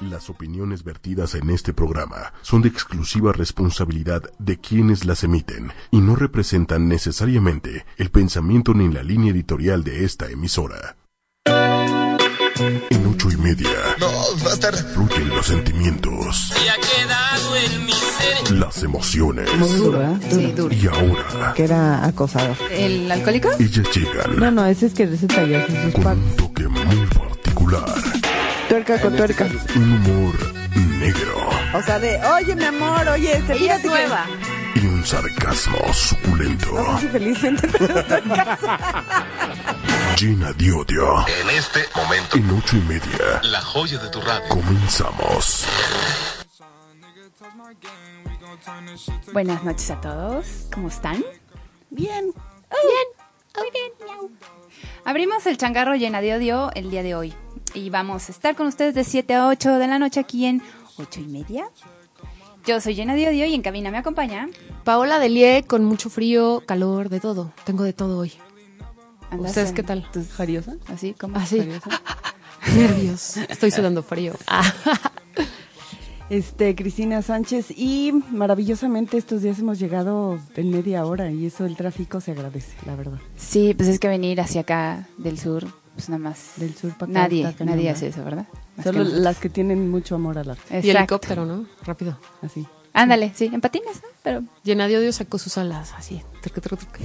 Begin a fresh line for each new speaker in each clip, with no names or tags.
Las opiniones vertidas en este programa son de exclusiva responsabilidad de quienes las emiten y no representan necesariamente el pensamiento ni la línea editorial de esta emisora. En ocho y media
No, va a estar.
fluyen los sentimientos,
Se ha quedado en mi ser.
las emociones
Muy duro, ¿verdad?
Sí, duro.
y ahora
Que era acosador.
¿El alcohólico?
ellas
No,
llegan
no, ese es que se talló en sus
con un
packs.
toque muy particular,
Tuerca con tuerca.
un humor negro
O sea, de, oye, mi amor, oye, este,
Ella
fíjate
es
que-
nueva.
y un sarcasmo suculento.
No sé si felizmente, pero estoy casada.
Gina Diodio.
En este momento,
En ocho y media
la joya de tu radio.
comenzamos.
Buenas noches a todos. ¿Cómo están? Bien. bien. Muy bien. Abrimos el changarro llena de odio el día de hoy. Y vamos a estar con ustedes de 7 a 8 de la noche aquí en 8 y media. Yo soy llena de odio y en cabina me acompaña.
Paola Delie con mucho frío, calor, de todo. Tengo de todo hoy.
Andas
¿Ustedes
en-
qué tal?
¿Jariosa?
Así, como
Ah,
Así. Nervios. Estoy sudando frío.
Ah,
Este, Cristina Sánchez. Y maravillosamente estos días hemos llegado en media hora y eso el tráfico se agradece, la verdad.
Sí, pues es que venir hacia acá del sur, pues nada más.
Del sur para acá
Nadie,
está cañón,
nadie
¿verdad?
hace eso, ¿verdad? Más
Solo
que nosotros.
las que tienen mucho amor al arte.
Y
Exacto.
helicóptero, ¿no? Rápido.
Así.
Ándale, sí, en patines, ¿no? Pero
Llena de odio sacó sus alas, así. truc, truc, truc,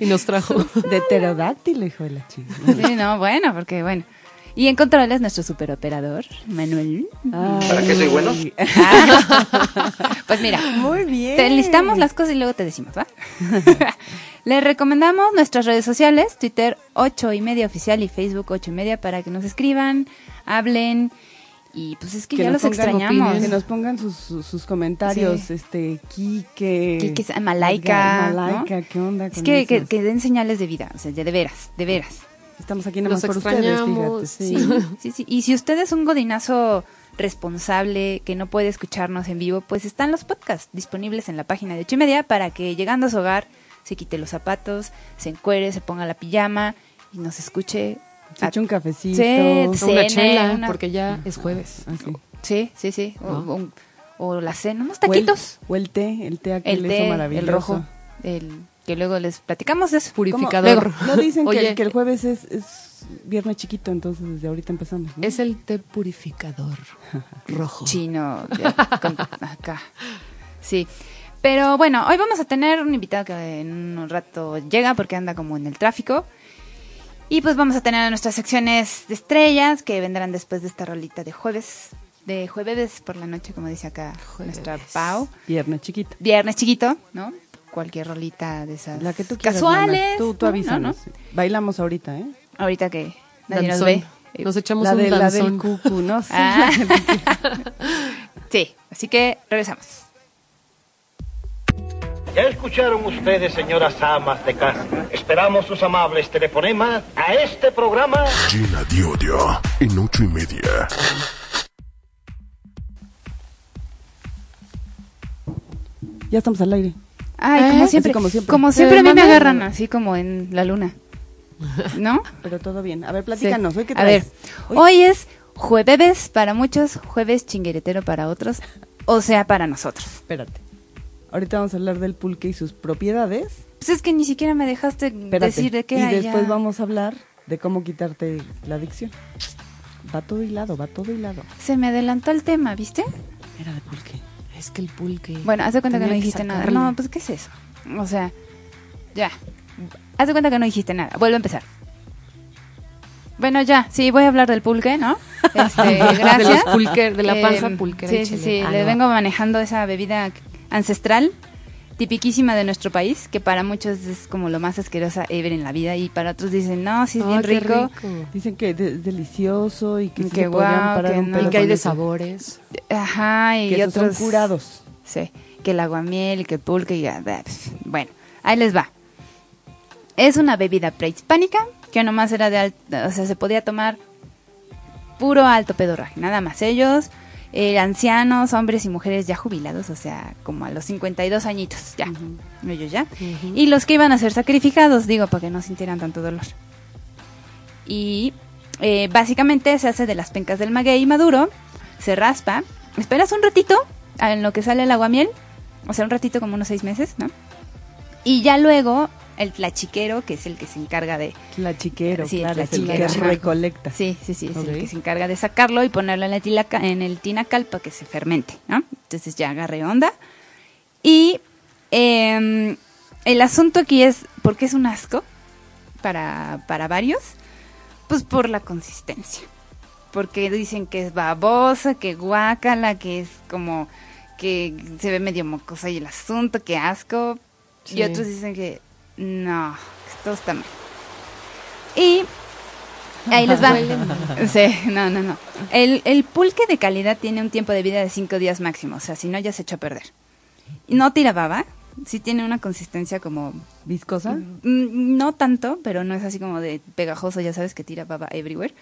Y nos trajo.
De pterodáctilo, hijo de la chica.
Sí, no, bueno, porque bueno. Y en controles nuestro superoperador, Manuel.
¿Para qué soy bueno?
Pues mira,
Muy bien.
te listamos las cosas y luego te decimos, ¿va? Le recomendamos nuestras redes sociales, Twitter 8 y media oficial y Facebook 8 y media para que nos escriban, hablen y pues es que,
Que
ya
nos
los
pongan
extrañamos.
Que nos pongan sus, sus, sus comentarios,
Sí.
este, Quique.
Quique, Malaika,
Edgar, Malaika,
¿no?
¿qué onda con
Es que, que,
esos?
que den señales de vida, o sea, de, de veras, de veras.
Estamos aquí nada más
Los
por ustedes, fíjate.
extrañamos,
Sí.
Sí, sí, sí. Y si usted es un godinazo responsable que no puede escucharnos en vivo, pues están los podcasts disponibles en la página de ocho y media para que llegando a su hogar se quite los zapatos, se encuere, se ponga la pijama y nos escuche.
Se
a-
echa un cafecito.
Sí,
O una
Cena,
chela,
una-
porque ya es jueves.
Así.
Sí, sí, sí. O,
Ah.
¿No?
un- o la cena, unos
O el-
taquitos.
O el té, el té aquel
El,
eso
té,
maravilloso.
el rojo, el que luego les platicamos de eso.
¿Cómo?
Purificador.
Luego, No dicen que,
Oye,
el- que el jueves es, es viernes chiquito, entonces desde ahorita empezamos. ¿no?
es el té purificador rojo.
chino de- con- acá. Sí. Pero bueno, hoy vamos a tener un invitado que en un rato llega porque anda como en el tráfico. Y pues vamos a tener nuestras secciones de estrellas que vendrán después de esta rolita de jueves, de jueves por la noche, como dice acá nuestra
Jueves.
Pau.
Viernes chiquito.
Viernes chiquito, ¿no? Cualquier rolita de esas
La que tú quieras.
casuales.
mana. Tú, tú
¿no?
avísanos.
¿no?
Bailamos ahorita, ¿eh?
Ahorita que nadie nos
Danzón.
ve. Eh,
Nos echamos
La,
un
de, la del
danzón.
cucu, no sé.
Ah. Sí, así que regresamos.
Ya escucharon ustedes, señoras amas de casa. Esperamos sus amables telefonemas a este programa.
Gina Diodio. En ocho y media.
Ya estamos al aire.
Ay, como,
¿Eh?
siempre,
Así
como
como siempre.
siempre. a mí me
Hermana.
agarran así como en la luna. ¿No?
Pero todo bien. A ver, platícanos.
Sí.
¿hoy qué
a ver,
traes?
hoy, es jueves para muchos, jueves chingueretero para otros, o sea, para nosotros.
Espérate. Ahorita vamos a hablar del pulque y sus propiedades.
Pues es que ni siquiera me dejaste
Espérate.
decir de qué
y
hay
después
ya.
vamos a hablar de cómo quitarte la adicción. Va todo hilado, va todo hilado.
Se me adelantó el tema, ¿viste?
Era de pulque.
Es que el pulque.
Bueno, haz de cuenta que no
Tenía
dijiste nada.
sacarlo.
No, pues ¿qué es eso? O sea, ya. Haz de cuenta que no dijiste nada. Vuelvo a empezar. Bueno, ya, sí, voy a hablar del pulque, ¿no? Este, gracias.
De los pulque- de la panza
Eh,
pulquera
Sí,
y
sí, sí,
chile. Ah,
le
no.
vengo manejando esa bebida ancestral, tipiquísima de nuestro país, que para muchos es como lo más asquerosa ever en la vida y para otros dicen, no, sí es
Ay,
bien
Ah, qué
rico.
Dicen que de- es delicioso y que, sí
Mm, Que
se podrían
guau,
parar
que
un
no.
pelo
Y que hay
con
de
eso.
sabores.
Ajá, y
Que esos
otros
son curados.
Sí, que el aguamiel, que el pulque, y, ah, pf, bueno, ahí les va. Es una bebida prehispánica que nomás era de alto, o sea, se podía tomar puro alto pedorraje, nada más ellos, eh, ancianos, hombres y mujeres ya jubilados, o sea, como a los 52 añitos, ya, ellos ya, y los que iban a ser sacrificados, digo, para que no sintieran tanto dolor. Y Eh, básicamente se hace de las pencas del maguey maduro, se raspa, esperas un ratito a- en lo que sale el aguamiel, o sea, un ratito como unos seis meses, ¿no? Y ya luego el tlachiquero, que es el que se encarga de...
Tlachiquero,
Sí, el
claro, es el que
tlachiquero, ajá.
recolecta.
Sí, sí, sí, es
Ok.
el que se encarga de sacarlo y ponerlo en, la tilaca- en el tinacal para que se fermente, ¿no? Entonces ya agarre onda. Y eh, el asunto aquí es, ¿por qué es un asco para, para varios? Pues por la consistencia. Porque dicen que es babosa, que guácala, que es como que se ve medio mocosa y el asunto, que asco.
Sí.
Y otros dicen que no, que todo está mal. Y ahí les va. Sí, no, no, no. El, el pulque de calidad tiene un tiempo de vida de cinco días máximo, o sea, si no ya se echó a perder. Y No tira baba, sí tiene una consistencia como...
¿Viscosa?
Mm, No tanto, pero no es así como de pegajoso, ya sabes que tira baba everywhere.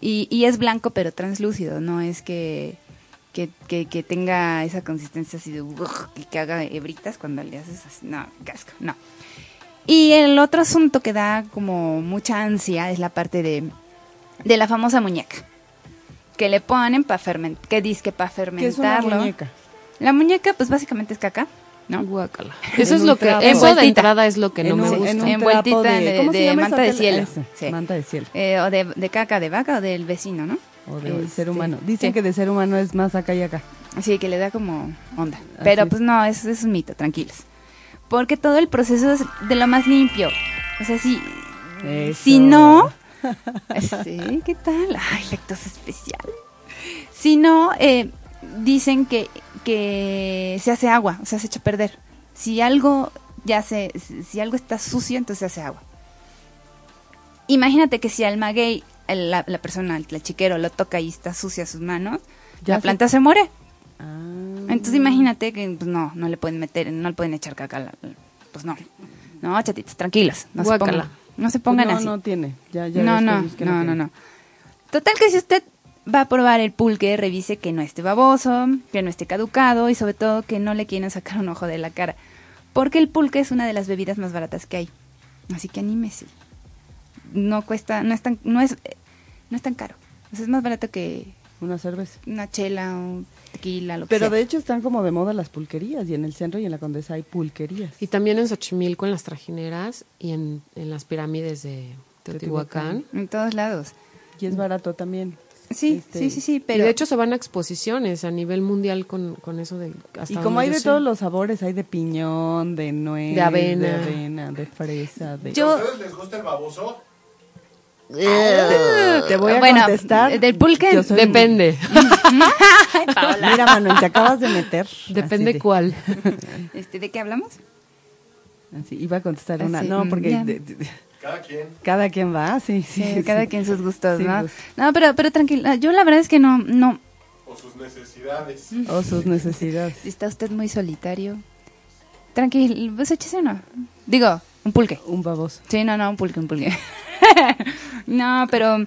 Y, y es blanco, pero translúcido, no es que, que, que- que tenga esa consistencia así de... "Ugh", y que haga hebritas cuando le haces así. No, casco, no. Y el otro asunto que da como mucha ansia es la parte de, de la famosa muñeca. Que le ponen para fermentar, que dice que para
¿Qué es una
fermentarlo.
muñeca?
La muñeca, pues básicamente es caca, ¿no?
Guácala. Eso es
un
lo que,
trapo.
eso de
Envueltita.
entrada es lo que no
En
me
un-
gusta.
en un trapo
Envueltita de-
¿cómo se
de
llama esa
manta de
tela?
cielo.
Ese,
Sí.
Manta de cielo.
Eh, o de, de caca de vaca o del vecino, ¿no?
O de ser
Este,
humano. Dicen
sí.
que de ser humano es más acá y acá.
Sí, que le da como onda.
Así
Pero
es.
pues no, es, es un mito, tranquilos. Porque todo el proceso es de lo más limpio. O sea, si, si
Eso.
no... Sí, ¿qué tal? Ay, lectos especial. Si no, eh, dicen que, que se hace agua, o sea, se echa a perder. Si algo ya se, si si algo está sucio, entonces se hace agua. Imagínate que si al maguey, el- la, la persona, el tlachiquero, lo toca y está sucia sus manos,
Ya
la
se- Mm.
planta se muere.
Ah.
Entonces imagínate que pues, no, no le pueden meter, no le pueden echar caca, a la- pues no. No, chatitos, tranquilos, no se
Guácala.
pongan, no se pongan
Pues no,
así.
No tiene. Ya, ya
No,
ves que
no,
ellos que
no, no,
tienen.
no. Total que si usted va a probar el pulque, revise que no esté baboso, que no esté caducado y sobre todo que no le quieren sacar un ojo de la cara. Porque el pulque es una de las bebidas más baratas que hay. Así que anímese. No cuesta, no es tan, no es, eh, no es tan caro. O sea, es más barato que
Una cerveza.
una chela, un tequila, lo que
Pero
sea.
de hecho están como de moda las pulquerías y en el centro y en la Condesa hay pulquerías.
Y también en Xochimilco, en las trajineras y en, en las pirámides de Teotihuacán.
En todos lados.
Y es barato también.
mm. Sí,
Este,
sí, sí, sí, pero...
Y de hecho se van a exposiciones a nivel mundial con, con eso de... hasta
Y como
donde
hay
yo
de
sé.
todos los sabores, hay de piñón, de nuez,
De avena.
de, avena, de fresa, de...
Yo-
les gusta el baboso?
Ah, te voy a
bueno,
contestar.
del pulque
Yo soy-
Depende,
Mira, Manuel, te acabas de meter.
depende
Así de-
cuál.
Este, ¿De qué hablamos?
así, iba a contestar una.
Así,
No,
mm,
porque
ya.
de- de-
Cada quien.
cada quien va, sí, sí.
Sí,
sí.
Eh, cada quien sus gustos,
Sí,
¿no?
gusto.
No, pero, pero tranquila, yo la verdad es que no, no,
O sus necesidades.
O sus necesidades.
si está usted muy solitario, tranquilo, pues échese uno. Digo, un pulque.
Un baboso.
Sí, no, no, un pulque, un pulque. no, pero,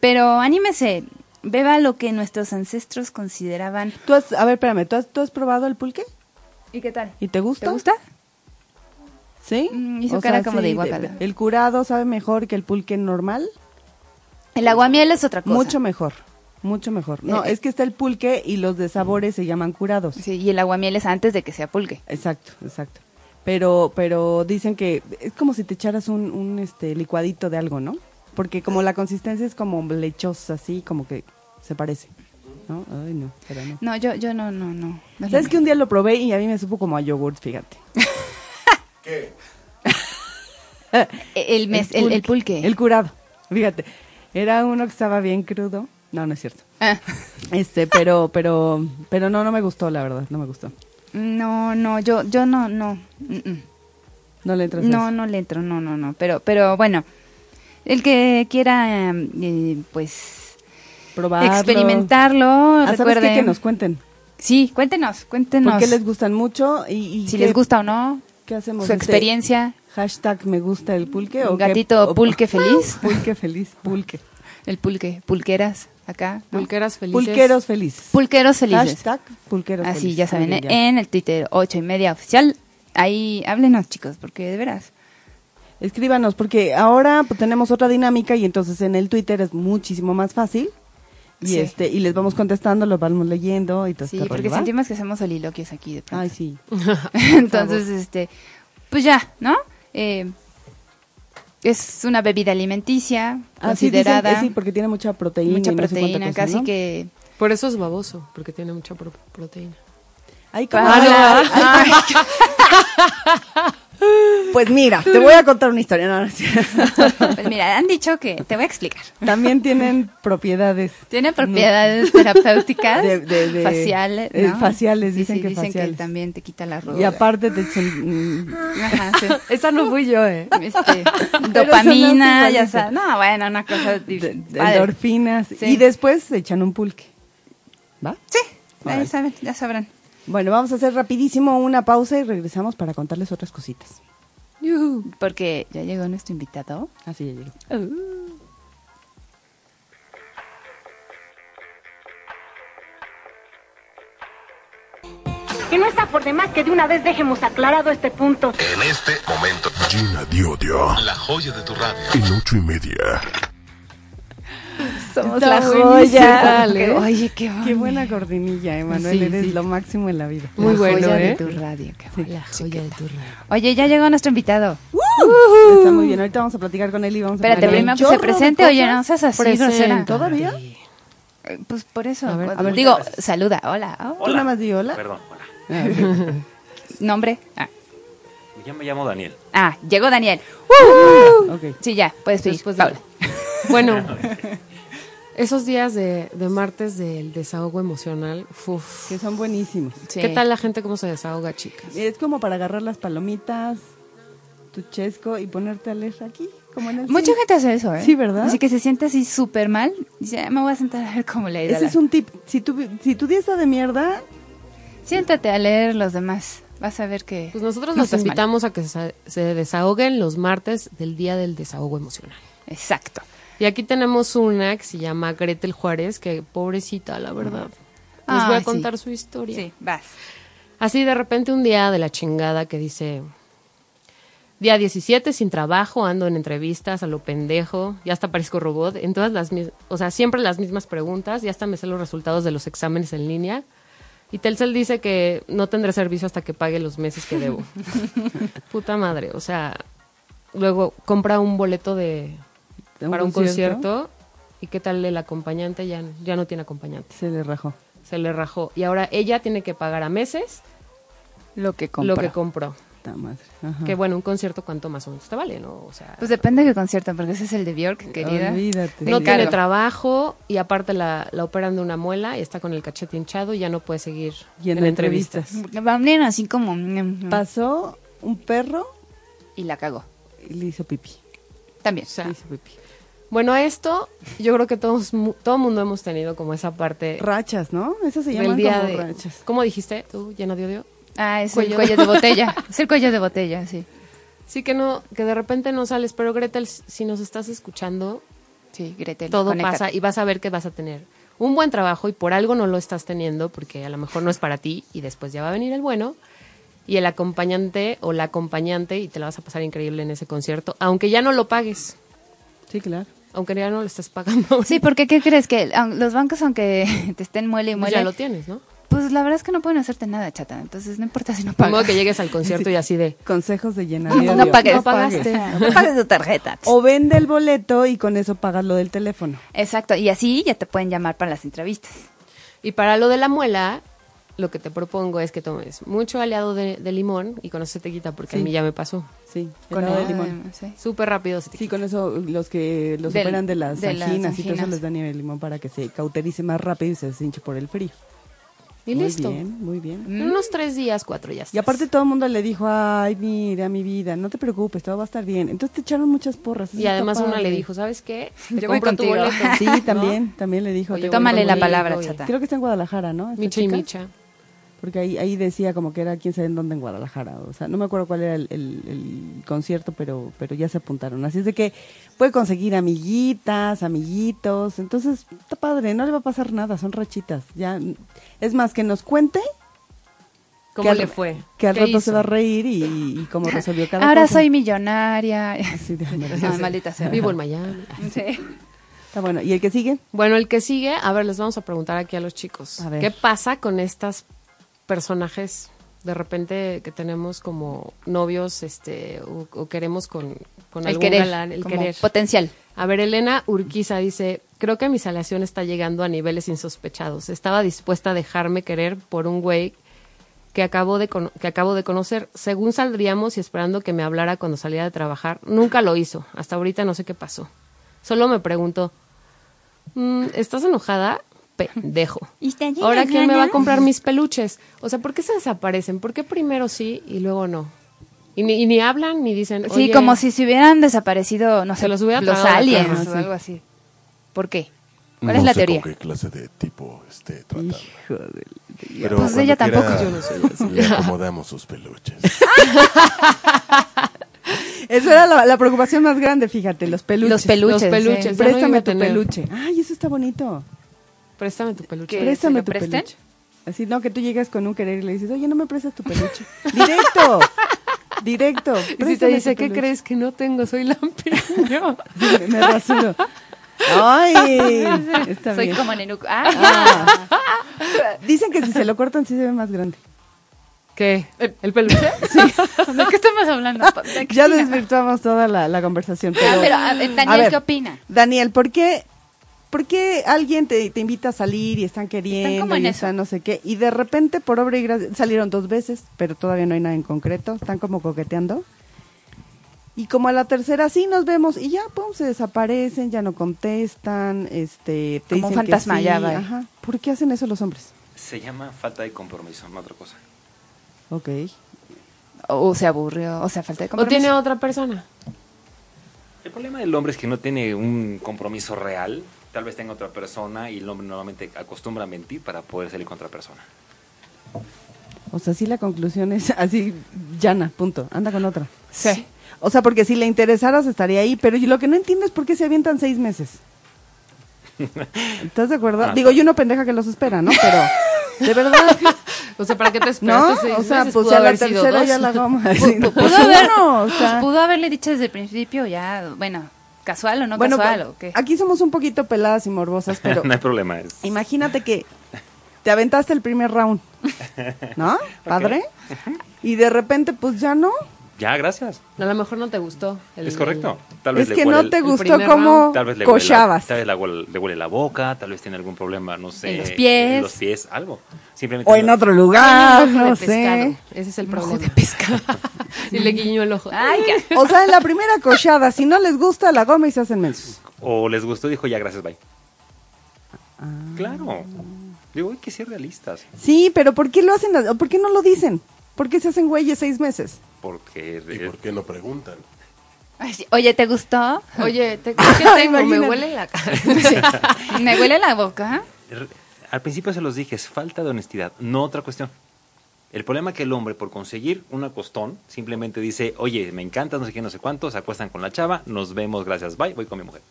pero anímese, beba lo que nuestros ancestros consideraban.
¿Tú has, a ver, espérame, ¿tú has, ¿tú has probado el pulque?
¿Y qué tal?
¿Y te gusta?
¿Te gusta?
¿Sí?
Mm, hizo cara como de guácala.
El curado sabe mejor que el pulque normal.
El aguamiel es otra cosa.
Mucho mejor, mucho mejor. No,
Eh,
es que está el pulque y los de sabores se llaman curados.
Sí, y el aguamiel es antes de que sea pulque.
Exacto, exacto. Pero, pero dicen que es como si te echaras un, un este licuadito de algo, ¿no? Porque como la consistencia es como lechosa, así, como que se parece. ¿No? Ay, no, pero no.
No, yo, yo no, no, no. no es lo
¿Sabes
mío.
que un día lo probé y a mí me supo como a yogurt, fíjate?
¿Qué?
El, mes, el, el pulque.
El curado, fíjate. Era uno que estaba bien crudo. No, no es cierto.
Ah.
Este, pero, pero, pero no, no me gustó, la verdad, no me gustó.
No, no, yo, yo no, no. mm, mm.
No le entras a
No,
eso.
no le entro, no, no, no. Pero, pero bueno, el que quiera, eh, pues,
Probarlo.
experimentarlo,
Ah, ¿sabes qué?
recuerden.
Que nos cuenten.
Sí, cuéntenos, cuéntenos.
¿Por qué les gustan mucho? Y, y
si
qué-
les gusta o no,
¿Qué hacemos?
su
Este,
experiencia,
Hashtag me gusta el pulque o qué-
Gatito
o-
pulque feliz.
Pulque feliz, pulque.
el pulque, pulqueras, acá. ¿no?
Pulqueras felices.
Pulqueros felices.
Pulqueros felices.
Hashtag pulqueros
Así,
felices.
ya saben,
Muy
¿eh?
bien, ya.
en el Twitter ocho y media oficial. Ahí háblenos, chicos, porque de veras.
Escríbanos, porque ahora pues, tenemos otra dinámica y entonces en el Twitter es muchísimo más fácil. Y
Sí.
este y les vamos contestando, los vamos leyendo y todo
Sí,
este rollo,
porque
¿va?
sentimos que hacemos soliloquios aquí de pronto.
Ay, sí.
Entonces, este, pues ya, ¿no? Eh, es una bebida alimenticia
Así dicen,
considerada
eh, sí, porque tiene mucha proteína.
mucha
y no sé cuánta
proteína,
cosa,
casi
¿no?
que
Por eso es baboso, porque tiene mucha pro- proteína.
Ay, como-
para
Pues mira, te voy a contar una historia. no, no es cierto.
Pues mira, han dicho que te voy a explicar.
También tienen propiedades.
Tiene propiedades terapéuticas,
De- de- de-
faciales,
eh,
¿no?
faciales,
Sí,
dicen
sí,
que
dicen
faciales.
que también te quita la rueda.
Y aparte te echan, mm,
Ajá, sí.
Esa no fui yo, ¿eh?
Este,
Pero son
dopamina,
las
ya
culpabilizas.
sabes. No, bueno, una cosa di-
de- de
padre.
endorfinas.
Sí.
Y después se echan un pulque. ¿Va?
Sí, ahí
Órale.
saben, ya sabrán.
Bueno, vamos a hacer rapidísimo una pausa y regresamos para contarles otras cositas.
Porque ya llegó nuestro invitado.
Así ya llegó.
Que no está por demás que de una vez dejemos aclarado este punto.
En este momento,
Gina Diodio.
la joya de tu radio.
En ocho y media.
Somos
Está
la
buenísimo.
joya.
¿Qué tal, eh?
Oye, qué,
Qué
onda.
buena cortinilla, Emanuel.
Sí,
Eres
sí.
lo máximo en la vida.
Muy
la
bueno,
joya de
¿eh?
tu radio. qué bueno.
La joya de tu radio.
Oye, ya llegó nuestro invitado.
Está muy bien. Ahorita vamos a platicar con él y vamos a
Espérate,
platicar un
primero que
chorro
se
de
presente. Oye, no
cosas.
seas así grosera.
¿Todavía?
Eh, Pues por eso.
A ver,
pues,
a ver.
digo, saluda. Hola. oh,
Tú nada más di hola.
Perdón, hola.
Nombre. Ah,
Yo me llamo Daniel.
Ah, llegó Daniel.
Ok.
Sí, ya, puedes pedir.
Después de-
Paula.
Bueno, esos días de, de martes del desahogo emocional, uf.
Que son buenísimos.
Sí.
¿Qué tal la gente cómo se desahoga, chicas?
Es como para agarrar las palomitas, tu chesco y ponerte a leer aquí, como en el
Mucha
cine.
gente hace eso, ¿eh?
Sí, ¿verdad?
Así que se siente así súper mal. Dice, "Ah, me voy a sentar a ver cómo le ha ido a
Ese
la-
es un tip. Si tu, si tu día está de mierda,
Siéntate a leer los demás. Vas a ver que.
Pues nosotros
no
los
estás mal.
invitamos a que se, se desahoguen los martes del día del desahogo emocional.
Exacto.
Y aquí tenemos una que se llama Gretel Juárez, que pobrecita, la verdad. Les voy
Ay,
a
sí.
contar su historia.
Sí, vas.
Así de repente un día de la chingada que dice, día 17 sin trabajo, ando en entrevistas a lo pendejo, ya hasta parezco robot, en todas las mis- o sea, siempre las mismas preguntas, ya hasta me sé los resultados de los exámenes en línea. Y Telcel dice que no tendré servicio hasta que pague los meses que debo. Puta madre, o sea, luego compra un boleto de,
¿De un
para un
concierto?
concierto y qué tal el acompañante, ya, ya no tiene acompañante,
se le rajó.
se le rajó. Y ahora ella tiene que pagar a meses
Lo que
lo que compró.
Ta madre. Ajá.
Que bueno, un concierto cuánto más o menos te vale, ¿no? O sea,
Pues depende de qué concierto, porque ese es el de Bjork, querida.
Olvídate.
te
no tiene
encargo.
trabajo y aparte la, la operan de una muela y está con el cachete hinchado y ya no puede seguir
Yendo
en
a
entrevistas.
entrevistas.
Van bien así como. mm, mm,
Pasó un perro
Y la cagó.
y le hizo pipí.
También.
O sea,
Le hizo pipí.
bueno, a esto yo creo que todos mu- todo mundo hemos tenido como esa parte
Rachas, ¿no? Esas se
del
llaman
día
como
de...
rachas.
¿Cómo dijiste tú, llena de odio?
Ah, es el
Cuello.
cuello de botella. Es el cuello de botella, sí.
Sí que no, que de repente no sales, pero Gretel, si nos estás escuchando,
Sí, Gretel.
todo
conéctate.
pasa y vas a ver que vas a tener un buen trabajo y por algo no lo estás teniendo porque a lo mejor no es para ti y después ya va a venir el bueno y el acompañante o la acompañante y te la vas a pasar increíble en ese concierto, aunque ya no lo pagues,
Sí, claro.
aunque ya no lo estés pagando.
Sí, porque ¿qué crees? Que aun- los bancos, aunque te estén muele y
Pues
muele,
ya lo tienes, ¿no?
pues la verdad es que no pueden hacerte nada, chata. Entonces no importa si no
De modo
pagas.
que llegues al concierto y así de
Consejos de llenar.
No, no pagues.
No pagaste.
No pagues tu tarjeta.
O vende el boleto y con eso pagas lo del teléfono.
Exacto, y así ya te pueden llamar para las entrevistas.
Y para lo de la muela, lo que te propongo es que tomes mucho aliado de, de limón y con eso se te quita porque
Sí.
a mí ya me pasó.
Sí,
Con
con
el
de limón.
Sí.
Súper rápido se te
Sí,
quita.
con eso los que los
Del-
operan de las
de las
anginas y todo eso
anginas.
les dan el limón para que se cauterice más rápido y se deshinche por el frío.
Y
muy
listo.
bien, muy bien.
En unos tres días, cuatro ya estás.
Y aparte todo el mundo le dijo, ay, mira mi vida, no te preocupes, todo va a estar bien. Entonces te echaron muchas porras. eso
Y
está
además una
padre.
le dijo, ¿sabes qué? Te
Yo voy
compro tu
contigo".
boleto.
Sí, también, también le dijo.
Oye,
"Te
voy
Tómale la
contigo,
palabra,
oye.
chata.
Creo que está en Guadalajara, ¿no? Esta
Micha y
chica.
Micha.
Porque ahí, ahí decía como que era quién sabe en dónde en Guadalajara. O sea, no me acuerdo cuál era el, el- el concierto, pero, pero ya se apuntaron. Así es de que puede conseguir amiguitas, amiguitos. Entonces, está padre, no le va a pasar nada, son rachitas. Ya, es más, que nos cuente
¿Cómo
al-
le fue?
Que al
¿Qué
rato se
hizo?
va a reír y, y cómo resolvió cada
Ahora
cosa.
soy millonaria.
Así de-
Ah, maldita sea.
Vivo en Miami.
Sí.
Está bueno. ¿Y el que sigue?
Bueno, el que sigue, a ver, les vamos a preguntar aquí a los chicos.
A ver.
¿Qué pasa con estas personajes de repente que tenemos como novios este o, o queremos con, con
El
algún
querer.
galán? El
como
querer.
Potencial.
A ver, Elena Urquiza dice, creo que mi salación está llegando a niveles insospechados. Estaba dispuesta a dejarme querer por un güey que acabo de, cono- que acabo de conocer. Según saldríamos y esperando que me hablara cuando salía de trabajar, nunca lo hizo. Hasta ahorita no sé qué pasó. Solo me preguntó, "Mm, ¿estás enojada? Pendejo. ¿Ahora quién me va a comprar mis peluches? O sea, ¿por qué se desaparecen? ¿Por qué primero sí y luego no? Y ni, y ni hablan ni dicen.
Sí,
"Oye,
como si se hubieran desaparecido, no sé,
los hubiera tragado la
aliens
cama,
o
sí.
algo así. ¿Por qué?
No
¿Cuál es la
sé
teoría?
con qué clase de tipo esté tratando.
Hijo de...
Pero
Pues
cuando
ella tampoco.
quiera,
Yo no
Le acomodamos sus peluches.
Eso era la, la preocupación más grande, fíjate, los peluches.
Los peluches.
Los peluches.
sí.
Ya no iba
Préstame
a
tu
tener.
peluche. Ay, eso está bonito.
Préstame tu peluche.
¿Qué?
Préstame
se lo
tu
presten?
peluche. Así, no, que tú llegas con un querer y le dices, oye, no me prestas tu peluche. Directo. Directo.
Y si te
préstame
dice,
tu
¿qué
peluche".
crees que no tengo? Soy lampiño.
Me, me rasuro. Ay, está
Soy
bien.
como Nenuco. Ah,
Dicen que si se lo cortan sí se ve más grande.
¿Qué? ¿El, el peluche?
¿de qué estamos hablando? ¿De qué
Ya
opina?
desvirtuamos toda la, la conversación. Pero,
Ah, pero, a ver, Daniel,
a ver,
¿qué opina?
Daniel, ¿por qué, por qué alguien te, te invita a salir y están queriendo
Están como en
y
eso.
están no sé qué? Y de repente, por obra y gracia, salieron dos veces, pero todavía no hay nada en concreto. Están como coqueteando. Y como a la tercera sí nos vemos y ya, pum, se desaparecen, ya no contestan, este, te
Como un
dicen que
fantasma,
sí,
ya va.
ajá. ¿Por qué hacen eso los hombres?
Se llama falta de compromiso, no otra cosa.
Ok.
O se aburrió, o sea, falta de
¿O
compromiso.
tiene otra persona?
El problema del hombre es que no tiene un compromiso real. Tal vez tenga otra persona y el hombre normalmente acostumbra a mentir para poder salir con otra persona.
O sea, sí la conclusión es así, llana, punto. Anda con otra.
Sí.
O sea, porque si le interesaras estaría ahí, pero yo lo que no entiendo es por qué se avientan seis meses. ¿Estás de acuerdo?
Ah,
Digo, yo una pendeja que los espera, ¿no? Pero, de verdad,
O sea, ¿para qué te
¿no?
esperaste? seis
O sea,
meses?
pues
Pudo
a la
haber sido
tercera
dos.
ya la goma.
Pu- Pudo, haber-
Bueno, o sea.
pudo haberle dicho desde el principio, ya, bueno, casual o no
bueno,
casual,
pa-
o qué.
aquí somos un poquito peladas y morbosas, pero
no hay problema. Es...
imagínate que te aventaste el primer round, ¿no? Padre. Y de repente, pues ya no.
Ya, gracias.
A lo mejor no te gustó. el-
es correcto.
el-
Tal vez
Es
le
que
huele
no
el-
te
el
gustó
primer
cómo
round.
Tal vez le huele, la,
cochabas.
tal vez la huele- le huele la boca, tal vez tiene algún problema, no sé.
En los pies.
en los pies, algo. Simplemente
O en
no-
otro
Ah,
lugar,
un ojo de
no sé.
pescado. Ese es el problema. de pescado. y le guiño el ojo.
Ay, ya.
O sea, en la primera cochada, si no les gusta la goma y se hacen mensos.
o les gustó, dijo ya, gracias, bye.
Ah.
Claro. Digo, hay que ser realistas.
Sí, pero ¿por qué lo hacen? a- o ¿Por qué no lo dicen? ¿Por qué se hacen güeyes seis meses?
Porque
¿Y por qué no preguntan?
Ay, sí. Oye, ¿te gustó?
Oye, ¿te, ¿qué tengo? Me
Imagínate.
huele la cara.
Me huele la boca.
re- al principio se los dije, es falta de honestidad, no otra cuestión. El problema es que el hombre, por conseguir un acostón, simplemente dice, oye, me encanta, no sé qué, no sé cuánto, se acuestan con la chava, nos vemos, gracias, bye, voy con mi mujer.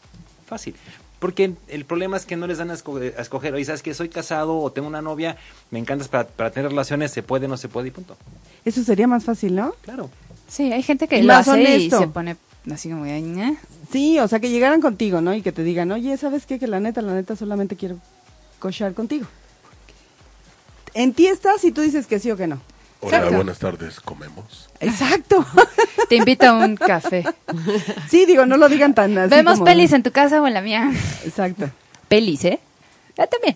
Fácil. Porque el problema es que no les dan a escoger, a escoger, oye, ¿sabes que Soy casado o tengo una novia, me encantas para, para tener relaciones, se puede, no se puede y punto.
Eso sería más fácil, ¿no?
Claro.
Sí, hay gente que
Y
lo
más
hace
honesto.
y se pone así como... de, "Ña".
Sí, o sea, que llegaran contigo, ¿no? Y que te digan, oye, ¿sabes qué? Que la neta, la neta, solamente quiero cochar contigo. En ti estás y tú dices que sí o que no.
Hola,
Exacto.
buenas tardes, comemos.
Exacto.
Te invito a un café.
sí, digo, no lo digan tan así.
Vemos
como-
pelis en tu casa o en la mía.
Exacto.
Pelis, ¿eh? Ya también.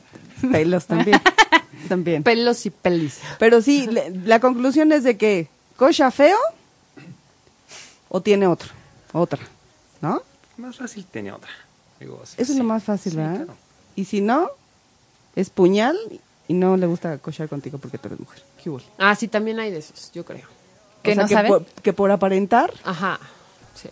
Pelos también. también.
Pelos y pelis.
Pero sí, le- la conclusión es de que cocha feo o tiene otro, otra, ¿no?
Más fácil tiene otra. Digo, sí,
Eso es lo
sí.
más fácil,
Sí,
¿verdad?
claro.
Y si no, es puñal y no le gusta cochar contigo porque tú eres mujer. ¿Qué hubo?
Ah, sí, también hay de esos, yo creo.
Que
O sea,
no saben.
por, que por aparentar,
Ajá. Sí.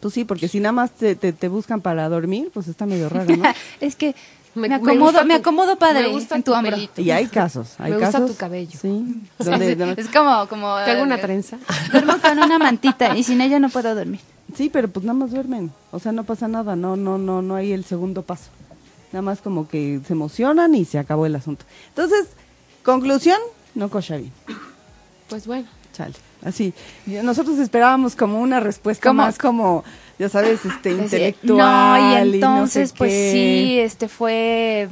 pues sí, porque si nada más te, te- te buscan para dormir, pues está medio raro, ¿no?
es que me,
me
acomodo,
gusta
me
tu-
acomodo padre
me gusta
en tu,
tu
hombro.
pelito.
Y hay casos, hay
Me gusta
casos.
tu cabello.
Sí.
Sí,
donde-
sí.
donde-
Es como, como
Te hago una
eh,
trenza.
Duermo con una mantita y sin ella no puedo dormir.
Sí, pero pues nada más duermen. O sea, no pasa nada. No, no, no, no hay el segundo paso. Nada más como que se emocionan y se acabó el asunto. Entonces, conclusión, no cocha bien.
Pues bueno.
Chale, así. Yo- Nosotros esperábamos como una respuesta
¿Cómo?
más como, ya sabes, este,
Así,
intelectual.
No, y
sé
entonces, pues
qué.
sí, este fue.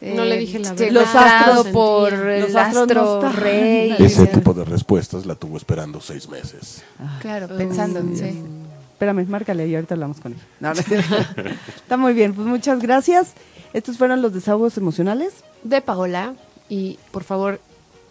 No le dije la
este,
verdad.
Los astros-
por
los
el
astros no
astro
están.
rey.
Ese tipo de respuestas la tuvo esperando seis meses.
Claro, pensando, sí.
Espérame, márcale y ahorita hablamos con él. No, no es cierto. Está muy bien, pues muchas gracias. Estos fueron los desahogos emocionales.
de Paola y por favor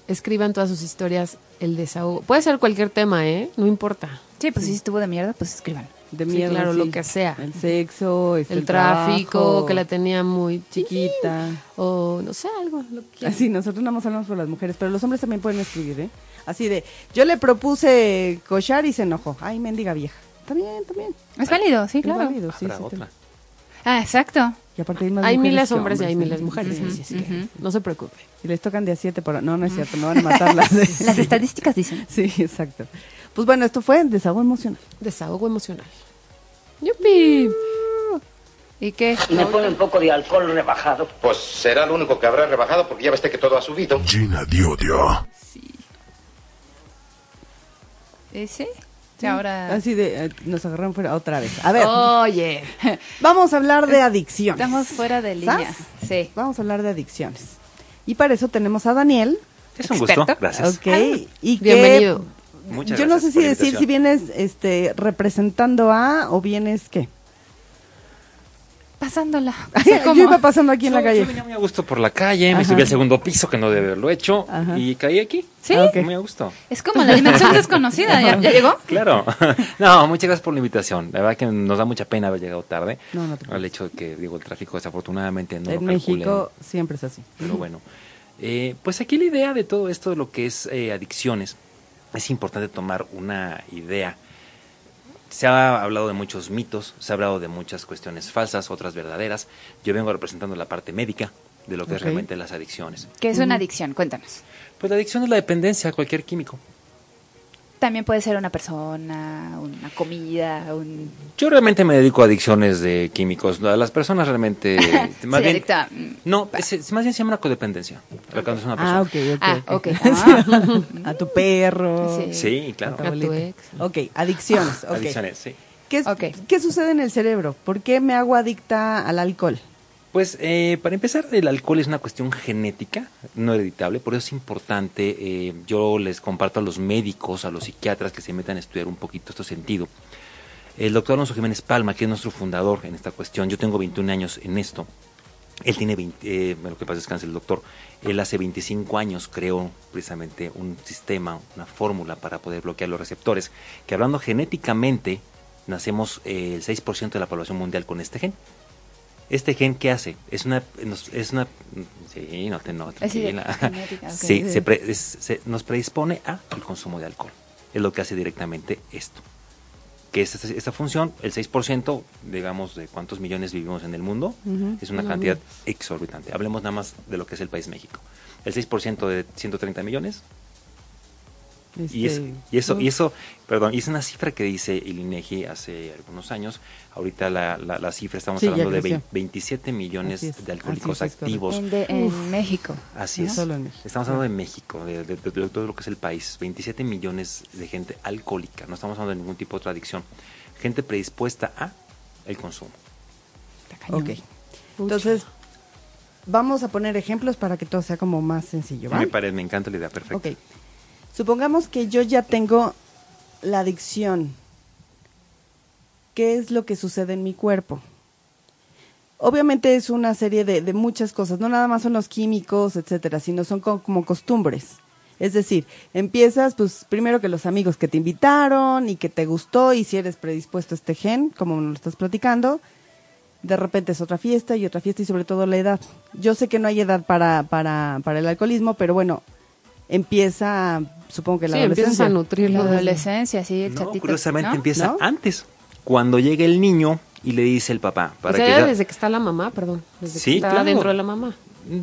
escriban todas sus historias el desahogo. Puede ser cualquier tema, ¿eh? No importa.
Sí, pues si estuvo de mierda, pues escriban.
De
Sí,
mierda.
claro, lo que sea.
El sexo, este,
El, tráfico,
trabajo,
que la tenía muy chiquita
chiquita.
o no sé, algo, lo que quieran.
Así, nosotros nada más hablamos por las mujeres, pero los hombres también pueden escribir, ¿eh? Así de, yo le propuse cochar y se enojó. Ay, mendiga vieja. Está bien, está bien.
Es válido, sí,
Es
claro.
válido, Pues sí,
Habrá
sí,
otra.
está-
Ah, exacto.
Y aparte hay más
Hay
mujeres
miles
que
de hombres y hay
¿eh?
miles de mujeres, así es que no se preocupe.
Y les tocan de a siete, pero no, no es cierto, no van a matarlas.
Las estadísticas dicen.
Sí, exacto. Pues bueno, esto fue desahogo emocional.
Desahogo emocional. ¡Yupi!
¿Y qué?
me pone un poco de alcohol rebajado.
Pues será lo único que habrá rebajado porque ya ves que todo ha subido.
Gina Diodio.
¿Ese? Sí, ahora
Así de, eh, nos agarraron fuera otra vez. A ver,
Oye,
vamos a hablar de adicciones.
Oh. estamos fuera de línea.
¿Sas?
Sí.
Vamos a hablar de adicciones. Y para eso tenemos a Daniel.
Es un
Experto.
gusto. Gracias.
Ok. Y que-
bienvenido.
Muchas
yo no sé si
gracias por la
decir si
invitación.
vienes este, representando a o vienes qué.
Pasándola.
Yo iba pasando aquí en la
Yo- Yo
calle.
venía muy a gusto por la calle, me subí al segundo piso que no debe haberlo hecho
Ajá.
y caí aquí.
Sí.
Ah,
ok.
Muy a gusto.
Es como la dimensión desconocida. ¿Ya, ya llegó?
Claro. No, muchas gracias por la invitación. La verdad que nos da mucha pena haber llegado tarde.
No, no te preocupes.
Al hecho de que, digo, el tráfico desafortunadamente
en
no lo calculé.
México siempre es así.
Pero bueno, eh, pues aquí la idea de todo esto de lo que es eh, adicciones, es importante tomar una idea. Se ha hablado de muchos mitos, se ha hablado de muchas cuestiones falsas, otras verdaderas. Yo vengo representando la parte médica de lo que es
Ok.
realmente las adicciones.
Que es una adicción, cuéntanos.
Pues la adicción es la dependencia a cualquier químico.
También puede ser una persona, una comida, un...
Yo realmente me dedico a adicciones de químicos. A las personas realmente... más
Ser
bien-
adicta, mm,
No, es- más bien se llama una codependencia. Lo que hace una persona.
Ah, ok, ok.
Ah, ok.
A tu perro.
Sí.
Sí, claro. Ah,
tu
A tu ex.
Ok, adicciones. ok.
Adicciones, sí.
¿Qué, es-
Ok.
¿Qué sucede en el cerebro? ¿Por qué me hago adicta al alcohol?
Pues eh, para empezar, el alcohol es una cuestión genética, no hereditable, por eso es importante, eh, yo les comparto a los médicos, a los psiquiatras que se metan a estudiar un poquito este sentido. El doctor Alonso Jiménez Palma, que es nuestro fundador en esta cuestión, yo tengo 21 años en esto, él tiene 20, eh, lo que pasa es que el doctor, él hace 25 años creó precisamente un sistema, una fórmula para poder bloquear los receptores, que hablando genéticamente, nacemos eh, el 6% de la población mundial con este gen. ¿Este gen qué hace? Es una... nos- Es una sí, no te no,
Así de
tranquila.
genética, ok.
Sí, se pre- es- se- nos predispone a el consumo de alcohol. Es lo que hace directamente esto. Que es esta, esta función, el 6%, digamos, de cuántos millones vivimos en el mundo, es una cantidad exorbitante. Hablemos nada más de lo que es el país México. El 6% de 130 millones, y, es-
Este,
y eso, y eso, perdón, y es una cifra que dice el INEGI hace algunos años. Ahorita la, la- la cifra estamos
Sí, ya
hablando de
creció.
vein- 27 millones
Así es,
de alcohólicos
así es, es correcto.
activos.
En, de- en México.
Así
No
es.
solo en México.
Estamos hablando de México, de, de- de- de todo lo que es el país. 27 millones de gente alcohólica. No estamos hablando de ningún tipo de otra adicción. Gente predispuesta a el consumo.
Está cañón.
Ok. Entonces, vamos a poner ejemplos para que todo sea como más sencillo, ¿va?
Me parece, me encanta la idea, perfecto.
Ok. Supongamos que yo ya tengo la adicción. ¿Qué es lo que sucede en mi cuerpo? Obviamente es una serie de, de muchas cosas, no nada más son los químicos, etcétera, sino son co- como costumbres. Es decir, empiezas pues primero que los amigos que te invitaron y que te gustó y si eres predispuesto a este gen, como nos lo estás platicando, de repente es otra fiesta y otra fiesta y sobre todo la edad. Yo sé que no hay edad para, para, para el alcoholismo, pero bueno, empieza, supongo que la
Sí, empiezas
adolescencia.
a nutrirlo.
La
desde-
adolescencia, sí, el
No,
chatito.
curiosamente
¿no?
empieza
¿No?
antes. Cuando llega el niño y le dice el papá.
O
Pues
Para
sea,
que ya-
desde que está la mamá, perdón. Desde
Sí,
que está
claro.
dentro de la mamá.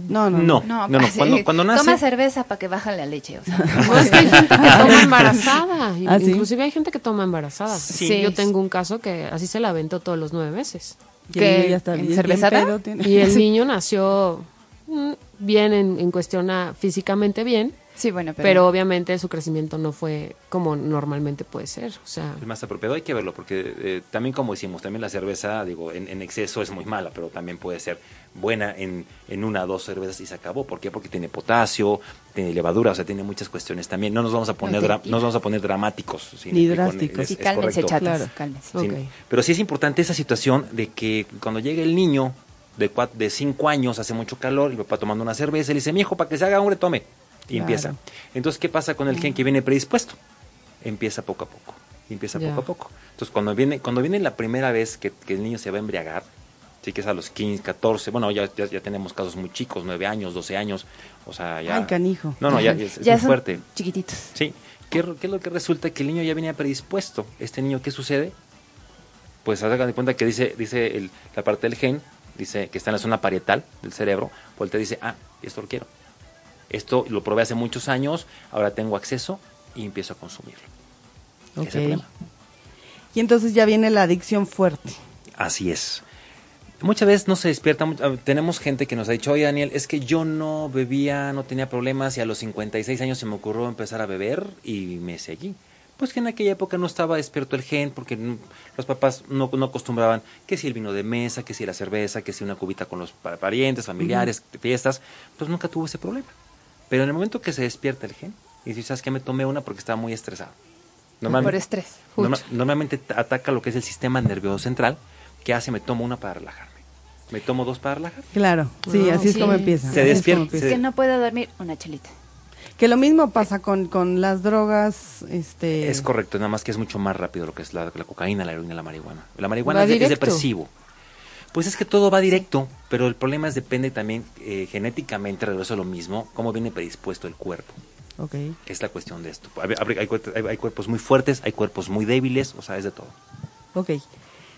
No, no,
No,
No,
no, no.
pues,
Cuando,
eh,
cuando
Toma
nace.
cerveza para que baje la leche. O sea,
No, es que hay gente que toma embarazada. y-
¿Ah, sí?
Inclusive hay gente que toma embarazada.
Sí.
Yo tengo un caso que así se la aventó todos los nueve meses.
Y el niño
¿Qué?
ya está
¿En
bien- bien
cervezada?
pedo, tiene-
Y el niño nació mm, bien en, en cuestión a físicamente bien,
Sí, bueno, pero...
Pero obviamente su crecimiento no fue como normalmente puede ser. O sea,
El más apropiado hay que verlo, porque eh, también como decimos, también la cerveza, digo, en, en exceso es muy mala, pero también puede ser buena en, en una o dos cervezas y se acabó. ¿Por qué? Porque tiene potasio, tiene levadura, o sea, tiene muchas cuestiones también. No nos vamos a poner, dra-
tequila.
no nos vamos a poner dramáticos. ¿sí?
Ni
Con-
drásticos.
es-
Sí,
es
cálmense,
correcto.
chatos,
Claro.
cálmense.
Sí,
Ok.
Pero sí es importante esa situación de que cuando llegue el niño de, cua- de cinco años, hace mucho calor, el papá tomando una cerveza, le dice, mi hijo, para que se haga hombre, tome. Y
Claro.
empieza. Entonces, ¿qué pasa con el gen que viene predispuesto? Empieza poco a poco. Empieza
Ya.
poco a poco. Entonces, cuando viene, cuando viene la primera vez que, que el niño se va a embriagar, sí que es a los 15, 14, bueno, ya, ya, ya tenemos casos muy chicos, 9 años, 12 años, o sea, ya...
Ay, canijo.
No, no, ya, es, es
Ya
muy
son
fuerte.
chiquititos.
Sí. ¿Qué, r- qué es lo que resulta? Que el niño ya venía predispuesto. ¿Este niño qué sucede? Pues hagan de cuenta que dice, dice el- la parte del gen, dice que está en la zona parietal del cerebro, pues te dice, ah, esto lo quiero. Esto lo probé hace muchos años, ahora tengo acceso y empiezo a consumirlo. Ese es el
Ok.
problema.
Y entonces ya viene la adicción fuerte.
Así es. Muchas veces no se despierta. mu- ah, Tenemos gente que nos ha dicho, oye Daniel, es que yo no bebía, no tenía problemas y a los 56 años se me ocurrió empezar a beber y me seguí. Pues que en aquella época no estaba despierto el gen porque mm, los papás no, no acostumbraban que si el vino de mesa, que si la cerveza, que si una cubita con los pa- parientes, familiares, fiestas, pues nunca tuvo ese problema. Pero en el momento que se despierta el gen, y dices, ¿sabes qué? Me tomé una porque estaba muy estresado.
Por
Normalmente-
estrés.
Norma- normalmente t- ataca lo que es el sistema nervioso central, que hace me tomo una para relajarme. Me tomo dos para relajarme.
Claro, sí,
Ah,
así es
sí.
como empieza.
Se
así es
despierta,
como empieza.
se-
Que no puedo dormir una chelita.
Que lo mismo pasa con, con las drogas, este...
Es correcto, nada más que es mucho más rápido lo que es la, la cocaína, la heroína, la marihuana. La marihuana
Va
es, de- es
directo.
depresivo. Pues es que todo va directo, pero el problema es depende también eh, genéticamente, regreso a lo mismo, cómo viene predispuesto el cuerpo.
Ok.
Es la cuestión de esto. Hab- habr- Hay, cuer- hay- hay cuerpos muy fuertes, hay cuerpos muy débiles, o sea, es de todo.
Ok.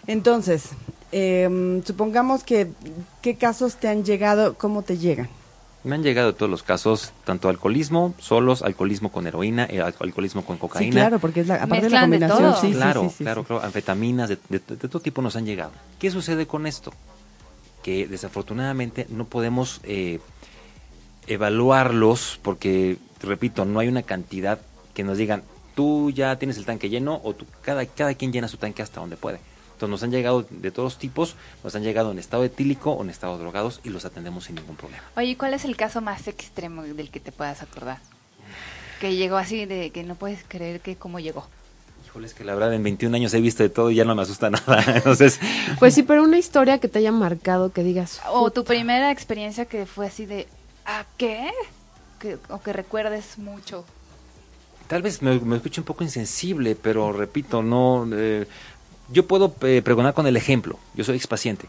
Entonces, em, supongamos que qué casos te han llegado, cómo te llegan.
Me han llegado todos los casos, tanto alcoholismo solos, alcoholismo con heroína, eh, al- alcoholismo con cocaína.
Sí, claro, porque es la, aparte de la
Mezclan de
combinación.
todo.
sí, sí,
claro,
sí, sí, sí.
claro, claro, anfetaminas de, de- de todo tipo nos han llegado. ¿Qué sucede con esto? Que desafortunadamente no podemos eh, evaluarlos porque, repito, no hay una cantidad que nos digan, tú ya tienes el tanque lleno o tú, cada, cada quien llena su tanque hasta donde puede. Entonces nos han llegado de todos tipos, nos han llegado en estado etílico o en estado drogados y los atendemos sin ningún problema.
Oye, ¿cuál es el caso más extremo del que te puedas acordar? Que llegó así de que no puedes creer que cómo llegó.
Híjole, es que la verdad en 21 años he visto de todo y ya no me asusta nada. Entonces,
pues sí, pero una historia que te haya marcado, que digas.
O tu primera experiencia que fue así de, ¿a qué? Que- o que recuerdes mucho.
Tal vez me, me escuche un poco insensible, pero repito, no. eh, yo puedo eh, pregonar con el ejemplo. Yo soy expaciente.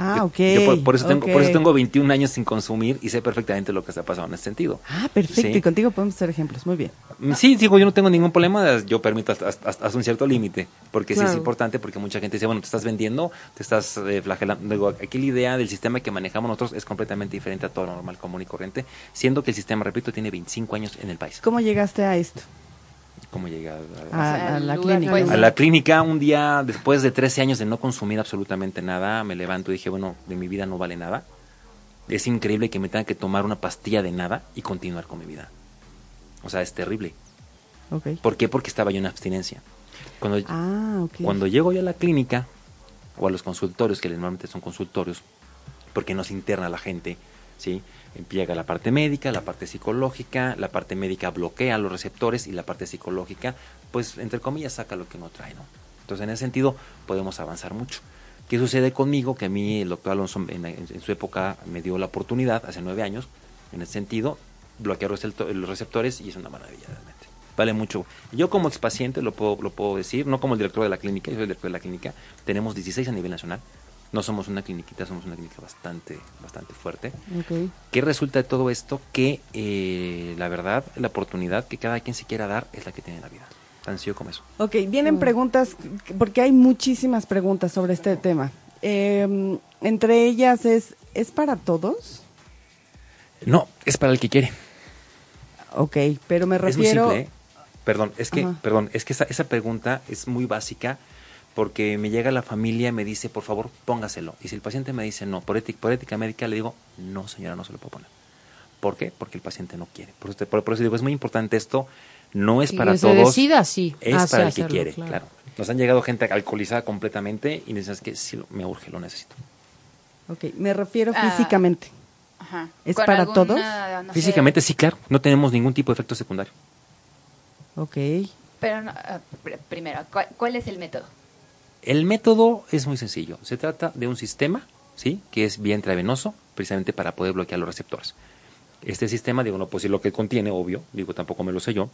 Ah,
Yo-
ok.
yo por, por eso tengo, por eso
ok.
tengo 21 años sin consumir y sé perfectamente lo que está pasando en ese sentido.
Ah, perfecto.
Sí.
Y contigo podemos hacer ejemplos. Muy bien.
Mm, Sí, digo, yo no tengo ningún problema, yo permito hasta, hasta- hasta un cierto límite, porque sí es
Claro.
importante, porque mucha gente dice, bueno, te estás vendiendo, te estás eh, flagelando. Digo, aquí la idea del sistema que manejamos nosotros es completamente diferente a todo lo normal, común y corriente, siendo que el sistema, repito, tiene 25 años en el país.
¿Cómo Ah, llegaste a esto?
¿Cómo llega a- a-
A,
sea,
a
al
la
lugar,
clínica.
pues.
A la clínica, un día después de 13 años de no consumir absolutamente nada, me levanto y dije, bueno, de mi vida no vale nada. Es increíble que me tenga que tomar una pastilla de nada y continuar con mi vida. O sea, es terrible.
Ok.
¿Por qué? Porque estaba yo en abstinencia. Cuando,
Ah, ok.
cuando llego yo a la clínica o a los consultorios, que normalmente son consultorios, porque nos interna la gente, ¿sí? Empieza la parte médica, la parte psicológica, la parte médica bloquea los receptores y la parte psicológica, pues, entre comillas, saca lo que uno trae, ¿no? Entonces, en ese sentido, podemos avanzar mucho. ¿Qué sucede conmigo? Que a mí el doctor Alonso en, en- en su época me dio la oportunidad, hace nueve años, en ese sentido, bloquear recepto- los receptores y es una maravilla realmente. Vale mucho. Yo como expaciente lo puedo, lo puedo decir, no como el director de la clínica, yo soy el director de la clínica, tenemos 16 a nivel nacional. No somos una cliniquita, somos una clínica bastante, bastante fuerte.
Ok.
¿Qué resulta de todo esto? Que eh, la verdad, la oportunidad que cada quien se quiera dar es la que tiene en la vida. Tan sencillo como eso.
Ok,
Mm.
vienen preguntas, porque hay muchísimas preguntas sobre este tema. Eh, entre ellas es, ¿es para todos?
No, es para el que quiere.
Ok, pero me
Es muy
refiero...
simple. ¿eh? Perdón, es que,
Ajá.
perdón, es que esa, esa pregunta es muy básica porque me llega la familia y me dice, por favor, póngaselo. Y si el paciente me dice no, por, ética, por ética médica, le digo, no, señora, no se lo puedo poner. ¿Por qué? Porque el paciente no quiere. Por eso, te- por- por eso digo, es muy importante esto. No es
Y
para
que se
todos.
decida, sí,
Es
hacia
para el que
hacerlo,
quiere,
claro.
claro. Nos han llegado gente alcoholizada completamente y dices que sí, me urge, lo necesito.
Ok, me refiero
Ah.
físicamente.
Ajá.
¿Es
Con
para
alguna,
todos?
no sé,
Físicamente, sí, claro. No tenemos ningún tipo de efecto secundario.
Ok.
Pero no, ah, pr- primero, ¿cuál, cuál es el método?
El método es muy sencillo. Se trata de un sistema, ¿sí? Que es vía intravenoso, precisamente para poder bloquear los receptores. Este sistema, digo, no puedo decir lo que contiene, obvio, digo, tampoco me lo sé yo.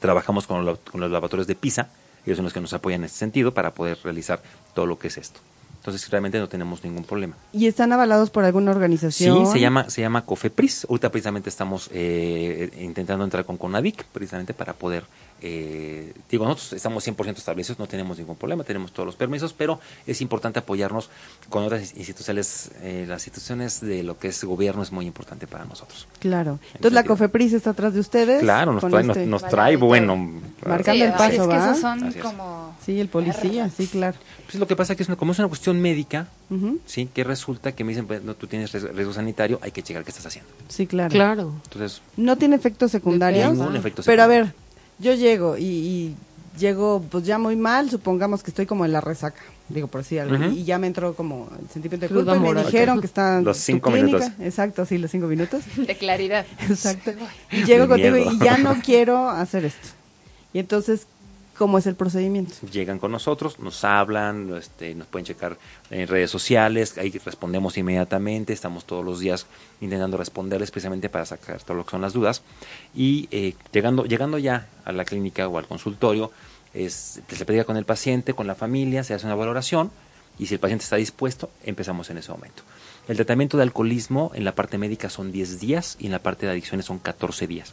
Trabajamos con, lo- con los laboratorios de PISA, ellos son los que nos apoyan en este sentido para poder realizar todo lo que es esto. Entonces, realmente no tenemos ningún problema.
¿Y están avalados por alguna organización?
Sí, se llama, se llama COFEPRIS. Ahorita precisamente estamos eh, intentando entrar con CONADIC, precisamente para poder... eh, digo, nosotros estamos 100% establecidos, no tenemos ningún problema, tenemos todos los permisos, pero es importante apoyarnos con otras ins- instituciones. eh, las instituciones de lo que es gobierno es muy importante para nosotros.
Claro. Entonces la
sentido.
COFEPRIS está atrás de ustedes.
Claro, nos
con
trae, nos-
este-
nos, trae bueno...
Marcando
Sí,
el
ah,
paso,
es que
¿va?
esos son
Así es.
como...
Sí, el policía, sí, claro.
Pues lo que pasa que es una- como es una cuestión médica,
Ujú,
¿sí? Que resulta que me dicen, pues, no, tú tienes ries- riesgo sanitario, hay que checar qué estás haciendo.
Sí, claro.
Claro.
Entonces,
No tiene efectos secundarios.
Ningún efecto
Pero a
secundario.
ver, yo llego y, y llego pues ya muy mal, supongamos que estoy como en la resaca, digo por decir algo,
Ujú.
y ya me entró como el sentimiento de
Cruda
culpa y me
moral.
dijeron que están
Los cinco minutos.
Exacto, sí, los cinco minutos.
De claridad.
Exacto. Y llego
De
contigo
miedo.
y ya no quiero hacer esto. Y entonces, ¿cómo es el procedimiento?
llegan con nosotros, nos hablan, este, nos pueden checar en redes sociales, ahí respondemos inmediatamente, estamos todos los días intentando responderles precisamente para sacar todo lo que son las dudas. Y eh, llegando, llegando ya a la clínica o al consultorio, es, pues, se pega con el paciente, con la familia, se hace una valoración y si el paciente está dispuesto, empezamos en ese momento. El tratamiento de alcoholismo en la parte médica son 10 días y en la parte de adicciones son 14 días.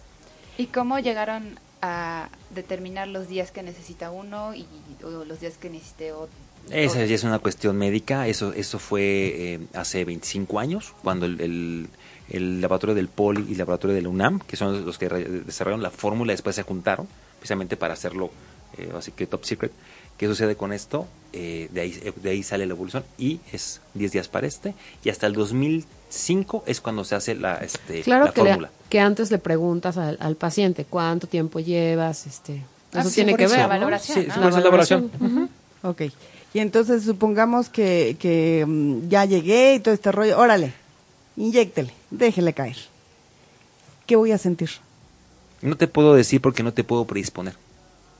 ¿Y cómo llegaron a determinar los días que necesita uno y o los días que necesite otro?
Esa ya es una cuestión médica. Eso, eso fue eh, hace 25 años, cuando el, el- el laboratorio del Poli y el laboratorio del UNAM, que son los que re- desarrollaron la fórmula, después se juntaron, precisamente para hacerlo, eh, así que top secret. ¿Qué sucede con esto? Eh, de, ahí, de ahí sale la evolución y es 10 días para este. Y hasta el 2005 es cuando se hace la, este,
Claro
la
que, le-
fórmula.
que antes le preguntas al, al paciente cuánto tiempo llevas, este,
Ah,
eso
sí,
tiene
por
que
eso,
ver.
la
¿no?
valoración,
Sí,
¿no?
es por eso es la valoración.
Ok. Y entonces, supongamos que, que mm, ya llegué y todo este rollo, órale, inyéctele, déjele caer. ¿Qué voy a sentir?
No te puedo decir porque no te puedo predisponer.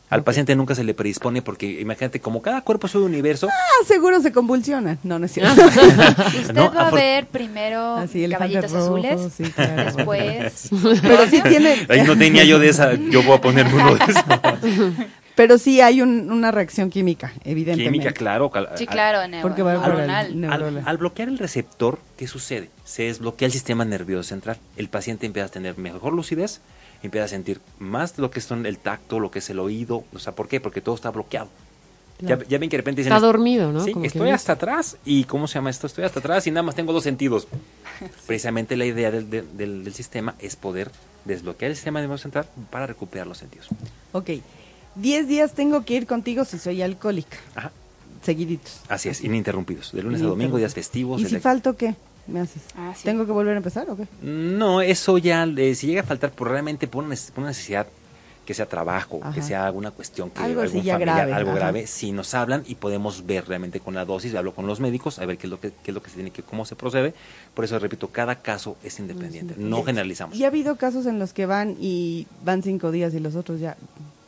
Al paciente nunca se le predispone porque imagínate, como cada cuerpo es un universo,
Ah, seguro se convulsiona. No, no es cierto.
Usted
No,
va a
afor-
ver primero
Así, el Panther
caballitos
Rojo,
azules,
sí, claro.
después...
Pero sí tiene-
Ahí no tenía yo de esa, yo voy a poner uno de esos.
Pero sí hay un- una reacción química, evidentemente.
Química, claro. cal-
Sí,
al-
claro, neu-
Porque va por el
neuronal.
Al,
neurola.
al bloquear el receptor, ¿qué sucede? Se desbloquea el sistema nervioso central. El paciente empieza a tener mejor lucidez, empieza a sentir más lo que son el tacto, lo que es el oído. O sea, ¿por qué? Porque todo está bloqueado. Ya, ya ven que de repente dicen...
Está
"Es-
dormido, ¿no?
Sí,
Como que
estoy
no.
hasta atrás y ¿cómo se llama esto? Estoy hasta atrás y nada más tengo dos sentidos. Precisamente la idea del, del- del- del sistema es poder desbloquear el sistema nervioso central para recuperar los sentidos.
Ok. Diez días tengo que ir contigo si soy alcohólica.
Ajá.
Seguiditos.
Así es, ininterrumpidos. De Ah, lunes a domingo, días festivos.
¿Y si
etcétera.
falto qué? ¿Me haces?
Ah, sí.
¿Tengo que volver a empezar o qué?
No, eso ya, eh, si llega a faltar, por realmente por una, neces- por una necesidad que sea trabajo,
Ajá.
que sea alguna cuestión que
Algo
algún
así ya
familiar,
grave,
algo
ajá.
grave, si nos hablan y podemos ver realmente con la dosis, hablo con los médicos a ver qué es lo que qué es lo que se tiene que cómo se procede. Por eso repito, cada caso es independiente, no generalizamos.
Y ha habido casos en los que van y van cinco días y los otros ya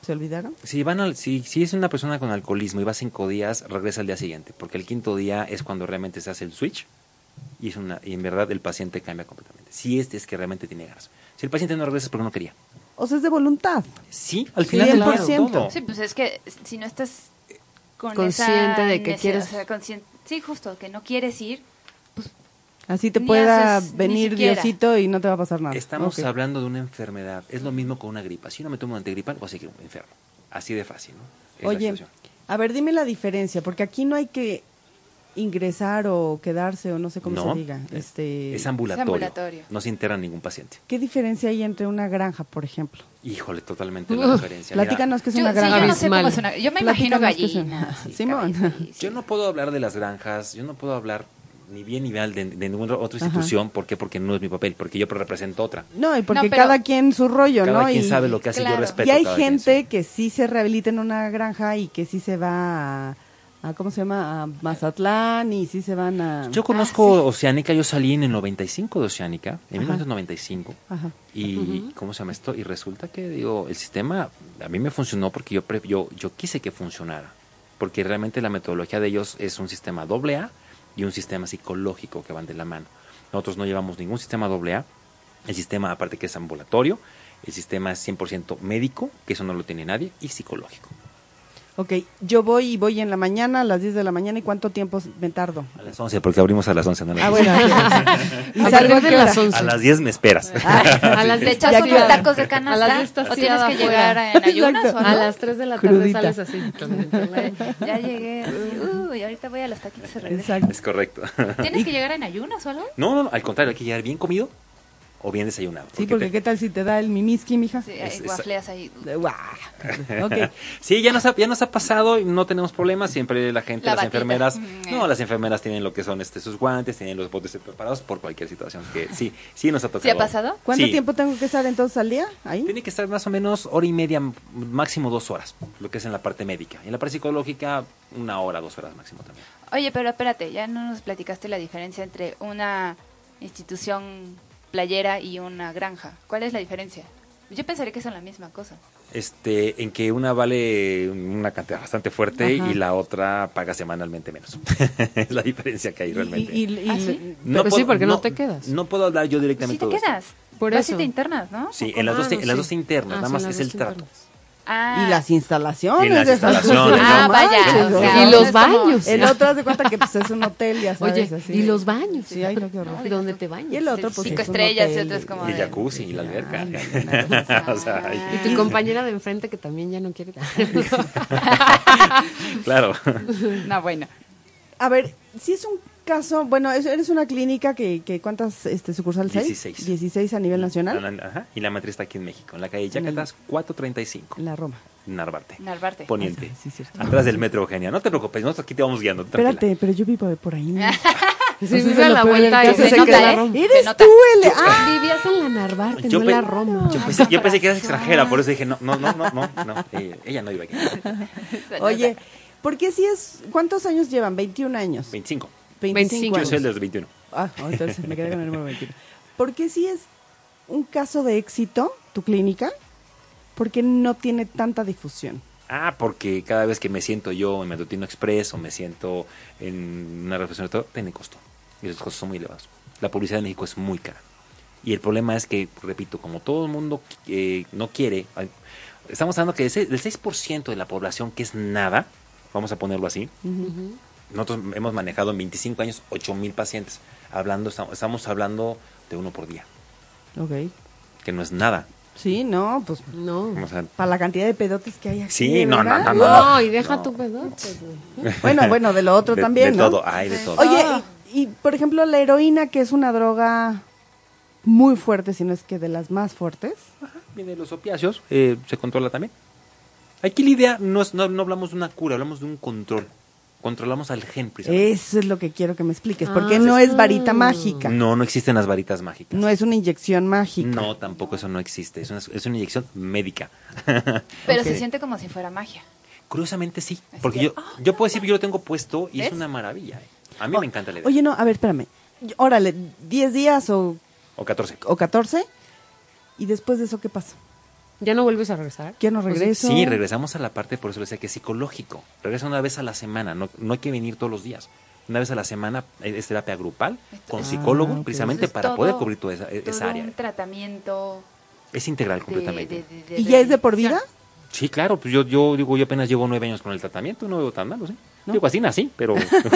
se olvidaron.
Si van al- si, si es una persona con alcoholismo y va cinco días, regresa al día siguiente, porque el quinto día es cuando realmente se hace el switch y es una, y en verdad el paciente cambia completamente. Si este es que realmente tiene ganas. Si el paciente no regresa es porque no quería.
O sea, es de voluntad.
Sí, al
Sí,
final del día,
100%.
todo.
Sí, pues es que si no estás con
Consciente
esa
de que
nece-
quieres-
o sea, conscien- sí, justo, que no quieres ir.
Así te
Ni
pueda
haces- ni
venir
siquiera.
Diosito y no te va a pasar nada.
Estamos
Ok.
hablando de una enfermedad. Es lo mismo con una gripa. Si no me tomo un antigripal, voy a seguir enfermo. Así de fácil, ¿no? Es la
Oye,
situación.
a ver, dime la diferencia, porque aquí no hay que ingresar o quedarse o no sé cómo
No,
se diga.
es-
Este,
es ambulatorio.
Es ambulatorio.
No se interna ningún paciente.
¿Qué diferencia hay entre una granja, por ejemplo?
Híjole, totalmente la diferencia. Mira,
Platícanos qué es
Yo,
una
sí, yo
granja.
no sé
Abismal.
cómo es una. Yo me imagino
Platícanos qué es una-
gallinas. y
Simón.
caballos, sí,
yo
sí.
no puedo hablar de las granjas, yo no puedo hablar ni bien ni mal de, de ninguna otra institución. ¿Por qué? Porque no es mi papel, porque yo represento otra.
No, y porque
No, pero-
cada quien su rollo,
Cada
¿no?
quien
y,
sabe lo que hace, yo
claro.
respeto.
y hay
cada quien,
gente
sí.
que sí se rehabilita en una granja y que sí se va a, a, ¿cómo se llama? A Mazatlán y sí se van a...
Ah,
Yo conozco Oceánica, yo salí en el 95 de Oceánica, en 1995.
Ajá.
Y ¿cómo se llama esto? Y resulta que digo, el sistema a mí me funcionó porque yo pre- yo yo quise que funcionara, porque realmente la metodología de ellos es un sistema doble A y un sistema psicológico que van de la mano. Nosotros no llevamos ningún sistema doble A. El sistema aparte que es ambulatorio, el sistema es 100% médico, que eso no lo tiene nadie, y psicológico.
Ok, yo voy y voy en la mañana, a las 10 de la mañana, ¿y cuánto tiempo me tardo?
A las 11, porque abrimos a las 11, no a las
Ah,
10.
bueno.
A
¿Y salgo a
partir
qué
de las
hora? Ah,
11.
A las 10 me esperas.
A las
¿Te
de
echas
Ya
unos
claro.
tacos de
A
canasta?
las de esta
¿O tienes que
afuera.
llegar en ayunas o
Exacto.
no?
A las 3 de la
Crudita.
tarde sales así. totalmente.
Ya llegué. así, Uy, ahorita voy a los taquitos y regreso.
Exacto.
es correcto.
¿Tienes que llegar en ayunas o algo?
No, no, no, al contrario, hay que llegar bien comido o bien desayunado.
Sí, porque
te-
qué tal si te da el mimiski, mija.
Sí,
Es-
hay
es-
guafleas ahí.
De- ¡guau! Ok,
Sí, ya nos, ha, ya nos ha pasado y no tenemos problemas. Siempre la gente,
La
las
batita.
enfermeras.
Mm,
No,
eh.
las enfermeras tienen lo que son este, sus guantes, tienen los botes preparados por cualquier situación. que Sí, sí nos ha pasado.
¿Sí ha pasado?
¿Cuánto
Sí.
tiempo tengo que estar entonces al día ahí?
Tiene que estar más o menos hora y media, m- máximo dos horas, lo que es en la parte médica. Y en la parte psicológica, una hora, dos horas máximo también.
Oye, pero espérate, ya no nos platicaste la diferencia entre una institución playera y una granja. ¿Cuál es la diferencia? Yo pensaría que son la misma cosa.
Este, en que una vale una cantidad bastante fuerte
Ajá.
y la otra paga semanalmente menos. es la diferencia que hay realmente.
Y- y- y-
¿Ah, sí?
Pero sí, porque no te quedas.
No puedo hablar yo
Sí
directamente
te
de esto.
quedas.
Por
Vas y
eso.
te internas, ¿no?
Sí, en las dos,
Ah,
te-
no
en las
sé.
dos te internas,
Ah,
nada
son
más
las
es
dos
el trato.
internas.
Ah,
Y las instalaciones.
Y las
de esas
instalaciones,
cosas.
Ah,
No
vaya,
manches,
o
o
sea,
sea,
y los
es como-
baños.
El otro hace cuenta que pues, es un hotel, ya
Oye,
sabes. así.
y los baños.
Sí, ay, no, qué horror.
¿Y dónde te bañas?
Y el otro, pues.
Cinco
es un
estrellas y
hotel
otras como
Y
de-
el jacuzzi y la alberca.
cosa.
o sea,
Y tu compañera de enfrente que también ya no quiere.
y- claro.
no, bueno.
A ver, si es un caso. Bueno, es- eres una clínica que. que ¿Cuántas este, sucursales hay?
16.
16 a nivel nacional.
Ah, Ajá, Y la matriz está aquí en México, en la calle Yacatas 435,
La Roma.
Narvarte.
Narvarte.
Poniente.
Sí, cierto.
Atrás del metro, Eugenia. No te preocupes, nosotros aquí te vamos guiando. tranquila.
Espérate, pero yo vivo por ahí. ¿no?
Sí,
Entonces,
vive a
lo
la
peor del
vuelta y
caso
se
es que
nota,
la
¿eh?
Roma-
Se
Eres
nota.
tú el. ¡Ah!
Vivías en la Narvarte,
Yo
no
pe-
en la Roma.
Yo pensé, yo pensé que eras extranjera, por eso dije, no, no, no, no, no, no, eh, ella no iba aquí.
Oye, porque si es. ¿Cuántos años llevan? 21 años.
25.
25
Yo soy el
años.
de los 21.
Ah, oh, entonces me quedé con el número 21. Porque si es un caso de éxito, tu clínica, porque no tiene tanta difusión.
Ah, porque cada vez que me siento yo en Matutino Express o me siento en una reflexión de todo, tiene costo. Y los costos son muy elevados. La publicidad en México es muy cara. Y el problema es que, repito, como todo el mundo eh, no quiere, ay, estamos hablando que del seis- del 6% de la población, que es nada, vamos a ponerlo así, nosotros hemos manejado en 25 años 8 mil pacientes. Hablando, estamos, estamos hablando de uno por día,
Ok.
que no es nada.
Sí, no, pues
No.
O sea,
para la cantidad de pedotes que hay aquí.
Sí,
de
no, no,
verdad.
no, no.
No, y deja tu pedote. güey.
Bueno, bueno, de lo otro
de,
también,
de
¿no?
todo, hay de todo.
Oye, y, y, por ejemplo, la heroína, que es una droga muy fuerte, si no es que de las más fuertes.
viene de los opiáceos, eh, se controla también. Aquí la idea no, es, no, no hablamos de una cura, hablamos de un control. Controlamos al gen, precisamente.
Eso es lo que quiero que me expliques, porque
Ah,
no
sí.
es varita mágica, no.
No, no existen las varitas mágicas.
es una inyección mágica.
Mm. No, tampoco eso no existe. Es una, es una inyección médica.
Pero se siente como si fuera magia.
Curiosamente sí,
Así
porque
de,
yo,
"Ah,
yo puedo decir que yo lo tengo puesto y es
¿Ves?
una maravilla. eh. A mí me encanta la idea.
Oye, no, a ver, espérame. Yo- Órale, 10 días o,
o 14.
o 14, y después de eso, ¿qué pasa?
¿Ya no vuelves a regresar?
¿Ya no
Pues sí.
regreso?
Sí, regresamos a la parte, por eso les decía que es psicológico. Regresa una vez a la semana, no, no hay que venir todos los días. Una vez a la semana eh, es terapia grupal con
Ah,
psicólogo,
ok.
precisamente
Entonces,
para
todo-
poder cubrir toda esa, e, esa
todo
área.
un tratamiento
Es integral
de, de,
completamente.
de- de
¿Y ya es de por vida?
rehabilitación.
Sí, claro, pues yo, yo digo, yo apenas llevo nueve años con el tratamiento, no veo tan malo, ¿sí?
¿No?
Digo, así nací, pero...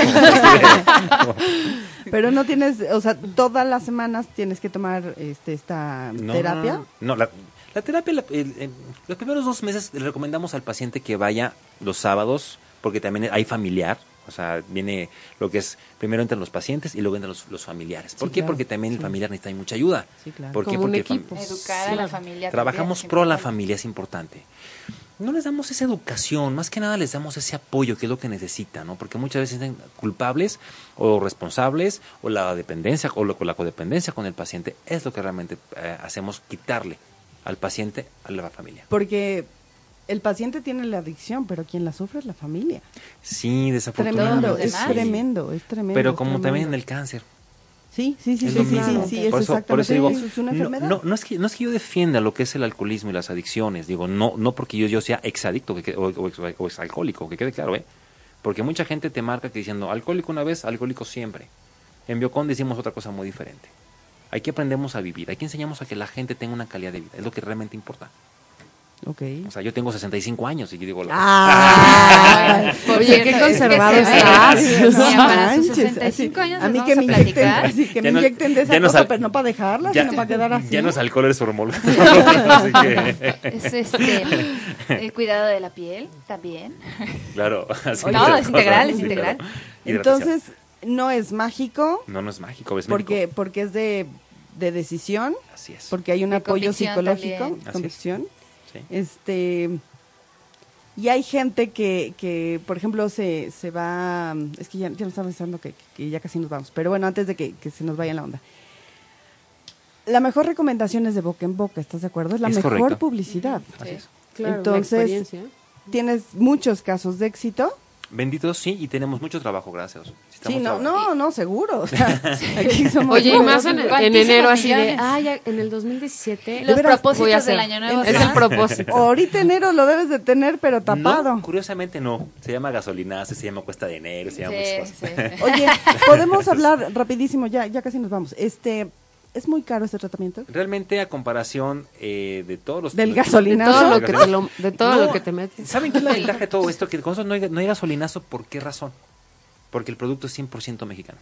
Pero no tienes, o sea, todas las semanas tienes que tomar este, esta
No,
terapia.
No, no, la, la terapia, la- el- el- los primeros dos meses le recomendamos al paciente que vaya los sábados, porque también hay familiar, o sea, viene lo que es, primero entran los pacientes y luego entran los, los familiares. ¿Por
Sí,
qué?
claro,
Porque también
sí.
el familiar necesita mucha ayuda.
Sí, claro.
¿Por qué?
Como un
Porque el fam-
equipo.
Educar a
Sí.
la familia.
Trabajamos
también,
pro a la
siempre.
familia, es importante. no les damos esa educación, más que nada les damos ese apoyo que es lo que necesitan, ¿no? Porque muchas veces están culpables o responsables o la dependencia o lo- la codependencia con el paciente es lo que realmente eh, hacemos quitarle al paciente, a la familia.
Porque el paciente tiene la adicción, pero quien la sufre es la familia.
Sí, desafortunadamente.
Tremendo, es
sí.
tremendo, es tremendo.
Pero
es
como
tremendo.
también en el cáncer.
Sí, sí, sí,
Es
sí,
lo
sí, sí,
mismo.
sí, es
Por eso-
exactamente
por eso digo,
eso, es una
no-
enfermedad.
No, no es que, no es que yo defienda lo que es el alcoholismo y las adicciones, digo, no, no porque yo, yo sea exadicto que quede- o, o ex- o exalcohólico, que quede claro, ¿eh? Porque mucha gente te marca que diciendo alcohólico una vez, alcohólico siempre. En Biocon decimos otra cosa muy diferente. Aquí aprendemos a vivir, aquí enseñamos a que la gente tenga una calidad de vida, es lo que realmente importa.
Ok.
O sea, yo tengo 65 años y yo digo,
Ah,
Por
oye,
cierto,
qué
pues, es que
conservado
se ve.
estás.
Mira, para sus
Manches, así,
65 años
a
nos
mí
vamos
que
a
me inyecten,
platicar.
así, que
Ya
me
no-
inyecten de esa
ya no
cosa,
sal-
pero no para dejarla,
Ya-
sino para quedar así.
ya no es alcohol, eres hormólogo. Así que,
Es este, el cuidado de la piel también.
claro. así
No,
que-
es integral, es
Sí, claro.
integral.
Hidratación.
Entonces, no es mágico
No, no es mágico, es
porque
médico.
porque es de, de decisión,
Así es.
porque hay un
De
apoyo
convicción
psicológico,
también.
Así es.
convicción.
Sí.
Este y hay gente que, que por ejemplo, se, se va, es que ya, ya nos estamos pensando que, que ya casi nos vamos, pero bueno, antes de que, que se nos vaya la onda. La mejor recomendación es de boca en boca, ¿estás de acuerdo? Es la
Es
mejor
correcto.
publicidad.
Así es.
Claro, la
Entonces,
experiencia.
tienes muchos casos de éxito.
Bendito sí, y tenemos mucho trabajo, gracias. Estamos
Sí, no, no,
trabajando.
no, seguro. o sea, aquí somos
Oye, y
buenos.
más en, en
¿Cuántísimos
enero así de,
millones?
ah, ya en el 2017.
Los
voy a
propósitos
hacer-
del año nuevo
Es
son-
el propósito.
Ahorita enero lo debes de tener, pero tapado.
No, curiosamente no. Se llama gasolinazo, se llama cuesta de enero, se llama muchas
Sí,
cosas.
sí.
Oye, podemos hablar rapidísimo, ya, ya casi nos vamos. Este, ¿es muy caro este tratamiento?
Realmente, a comparación eh, de todos los.
Del
De
gasolinazo.
todo, lo que te,
Gasolinazo.
lo- de todo
No,
lo que te metes.
¿Saben qué es la ventaja de todo esto? Que con eso no hay, no hay gasolinazo, ¿por qué razón? Porque el producto es 100% mexicano.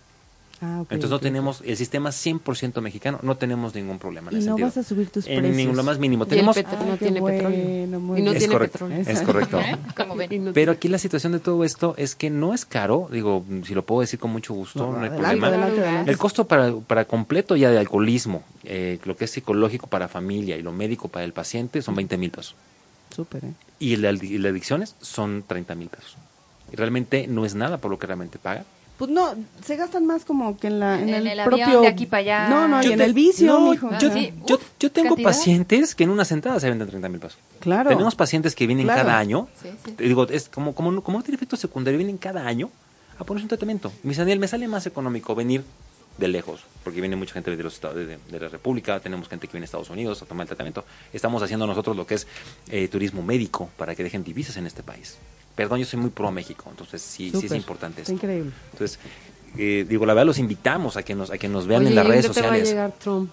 Ah, ok,
Entonces no
ok.
tenemos el sistema 100% mexicano, no tenemos ningún problema en
Y
ese
no
sentido.
vas a subir tus
En
precios.
ningún- lo más
Y
mínimo.
el
Tenemos
petro-
Ay,
no
qué
tiene
bueno,
petróleo.
muy
Y no
bien.
es
tiene
correcto,
petróleo.
es correcto.
Como ven.
Y no-
Pero aquí la situación de todo esto es que no es caro, digo, si lo puedo decir con mucho gusto, no, hay
Adelante,
problema.
adelante,
El
adelante.
El costo para, para completo ya de alcoholismo, eh, lo que es psicológico para familia y lo médico para el paciente son 20 mil pesos.
Súper, ¿eh?
Y el de adi- y las adicciones son 30 mil pesos. Y realmente no es nada por lo que realmente paga.
Pues no, se gastan más como que en, la, en,
En
el,
el avión
propio...
de aquí para allá.
No, no,
Yo
y en el vicio,
no,
mijo. Ajá.
Yo,
Ah, Sí.
yo- yo tengo
¿Cantidad?
pacientes que en una sentada se venden 30 mil pesos.
Claro.
Tenemos pacientes que vienen
Claro.
cada año.
Sí, sí.
te Digo, es como, como, no- como no tiene efecto secundario, vienen cada año a ponerse un tratamiento. Me dice, Daniel, me sale más económico venir de lejos, porque viene mucha gente de los estados de, de la República, tenemos gente que viene de Estados Unidos a tomar el tratamiento. Estamos haciendo nosotros lo que es eh, turismo médico para que dejen divisas en este país. Perdón, yo soy muy pro México, entonces sí, sí es
Súper.
importante
Está
esto.
increíble.
Entonces, eh, digo, la verdad los invitamos a que nos, a que nos vean
Oye,
en las
¿y un
redes
día te va a
sociales.
llegar Trump.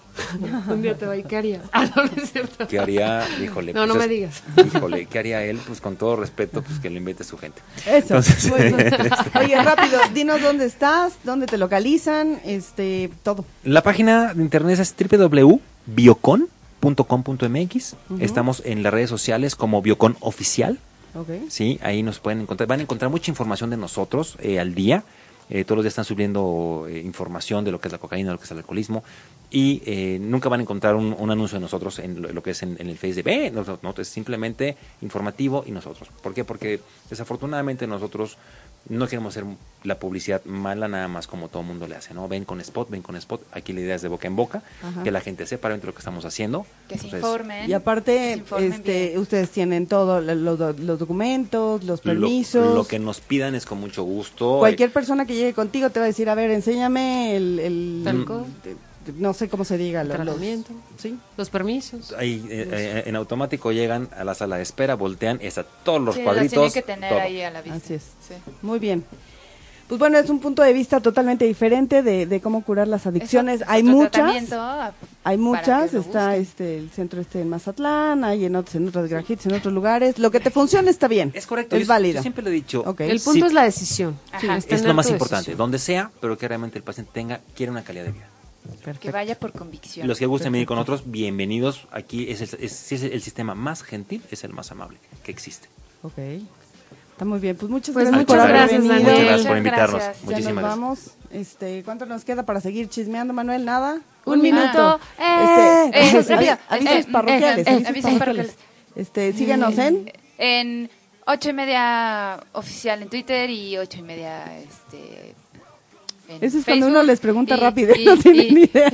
Un día te va a ir, ¿qué harías? Ah, no, no es cierto.
¿Qué haría? Híjole.
No, no
pues
me
es-
digas.
Híjole, ¿qué haría él? Pues con todo respeto, pues que lo invite su gente.
Eso.
Entonces-
Muy bien. Oye, rápido, dinos dónde estás, dónde te localizan, este, todo.
La página de internet es www.biocon.com.mx. Estamos en las redes sociales como Biocon Oficial.
Ok.
Sí, ahí nos pueden encontrar. Van a encontrar mucha información de nosotros eh, al día. Eh, todos los días están subiendo eh, información de lo que es la cocaína, de lo que es el alcoholismo. Y eh, nunca van a encontrar un, un anuncio de nosotros en lo, lo que es en, en el Face de B. No, no, no, es simplemente informativo y nosotros. ¿Por qué? Porque desafortunadamente nosotros no queremos hacer la publicidad mala nada más como todo mundo le hace, ¿no? Ven con spot, ven con spot. Aquí la idea es de boca en boca,
Ajá.
que la gente sepa realmente lo que estamos haciendo.
Que se
Entonces,
informen.
Y
que se
aparte,
informen
este,
bien.
ustedes tienen todo, lo- lo- los, documentos, los
lo-
permisos.
Lo, que nos pidan es con mucho gusto. Eh,
Cualquier persona que llegue contigo te va a decir, a ver, enséñame el, el-
Alcohol.
de- de- no sé cómo se diga, lo- los-
Tratamiento.
sí.
Los permisos.
ahí, eh, eh, en automático llegan a la sala de espera, voltean, está todos los
Sí, las tienen
cuadritos.
que tener
todo.
ahí eh. a la vista.
Así es.
Sí.
Muy bien. Pues bueno, es un punto de vista totalmente diferente de, de cómo curar las adicciones.
Es
hay
otro
muchas,
tratamiento a-
hay
para
muchas.
que lo
Está
busquen.
este el centro este en Mazatlán, hay en otros, en otras granjitas, en otros lugares. Lo que te funcione está bien.
Es correcto.
Es
yo,
válido.
yo siempre lo he dicho.
Ok.
El punto
Sí.
es la decisión.
Ajá.
Sí, es
Es lo
tener
más
tu
importante,
decisión.
donde sea, pero que realmente el paciente tenga, quiere una calidad de vida.
este,
Que vaya por convicción.
Los que gusten venir con otros, bienvenidos. Aquí es el, es- si es el sistema más gentil, es el más amable que existe.
Ok. Está muy bien. Pues muchas
Pues
gracias
muchas
por haber
gracias,
venido.
Daniel.
Muchas gracias por
Muchas
invitarnos.
gracias.
Ya nos
Muchísimas gracias.
vamos. Este, ¿Cuánto nos queda para seguir chismeando, Manuel? ¿Nada?
Un minuto.
Eh,
Este,
eh,
avi-
eh,
avisos
eh,
parroquiales.
eh,
avisos
avisos
parroquiales.
parroquiales. Mm.
Este, síganos en...
en ocho y media oficial en Twitter y ocho y media este en
Eso es cuando
Facebook.
uno les pregunta
Y-
rápido,
y-
no tienen
y-
ni idea.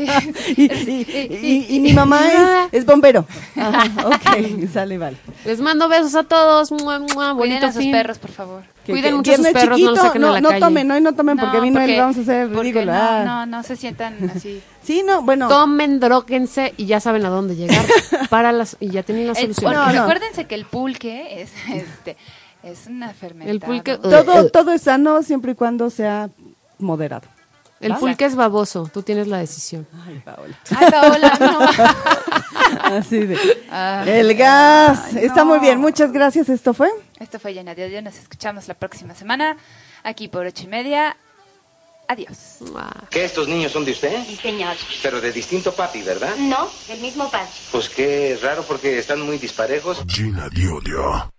Y, y- y- y mi mamá es, es bombero. Ajá, ok, sale, vale.
Les mando besos a todos. Mua, mua,
Cuiden
bonito
a sus
fin.
perros, por favor.
Que-
Cuiden
que-
mucho a sus
viernes
perros, no los
chiquito,
saquen a la
no
calle.
tomen, hoy no tomen porque
No,
vino él,
porque-
vamos a hacer
porque
ridículo.
No,
ah.
no, no se sientan así.
Sí, no, bueno.
Tomen, droguense y ya saben a dónde llegar. para las, y ya tienen la
El-
solución.
Eh,
No,
porque
no.
Recuérdense que el pulque es este es una fermentada. Ah,
El pulque- uh.
todo, todo es sano siempre y cuando sea moderado.
El
¿Va?
pulque es baboso. Tú tienes la decisión.
Ay, Paola.
Ay, Paola, no.
Así de.
Ah,
El gas.
ay,
Está muy
no.
bien, muchas gracias. Esto fue.
Esto fue Llena de Odio. Nos escuchamos la próxima semana aquí por ocho y media. Adiós.
¿Que estos niños son de usted?
Sí, señor.
Pero de distinto papi, ¿verdad?
No, el mismo padre.
Pues qué raro porque están muy disparejos.
Gina Diodio.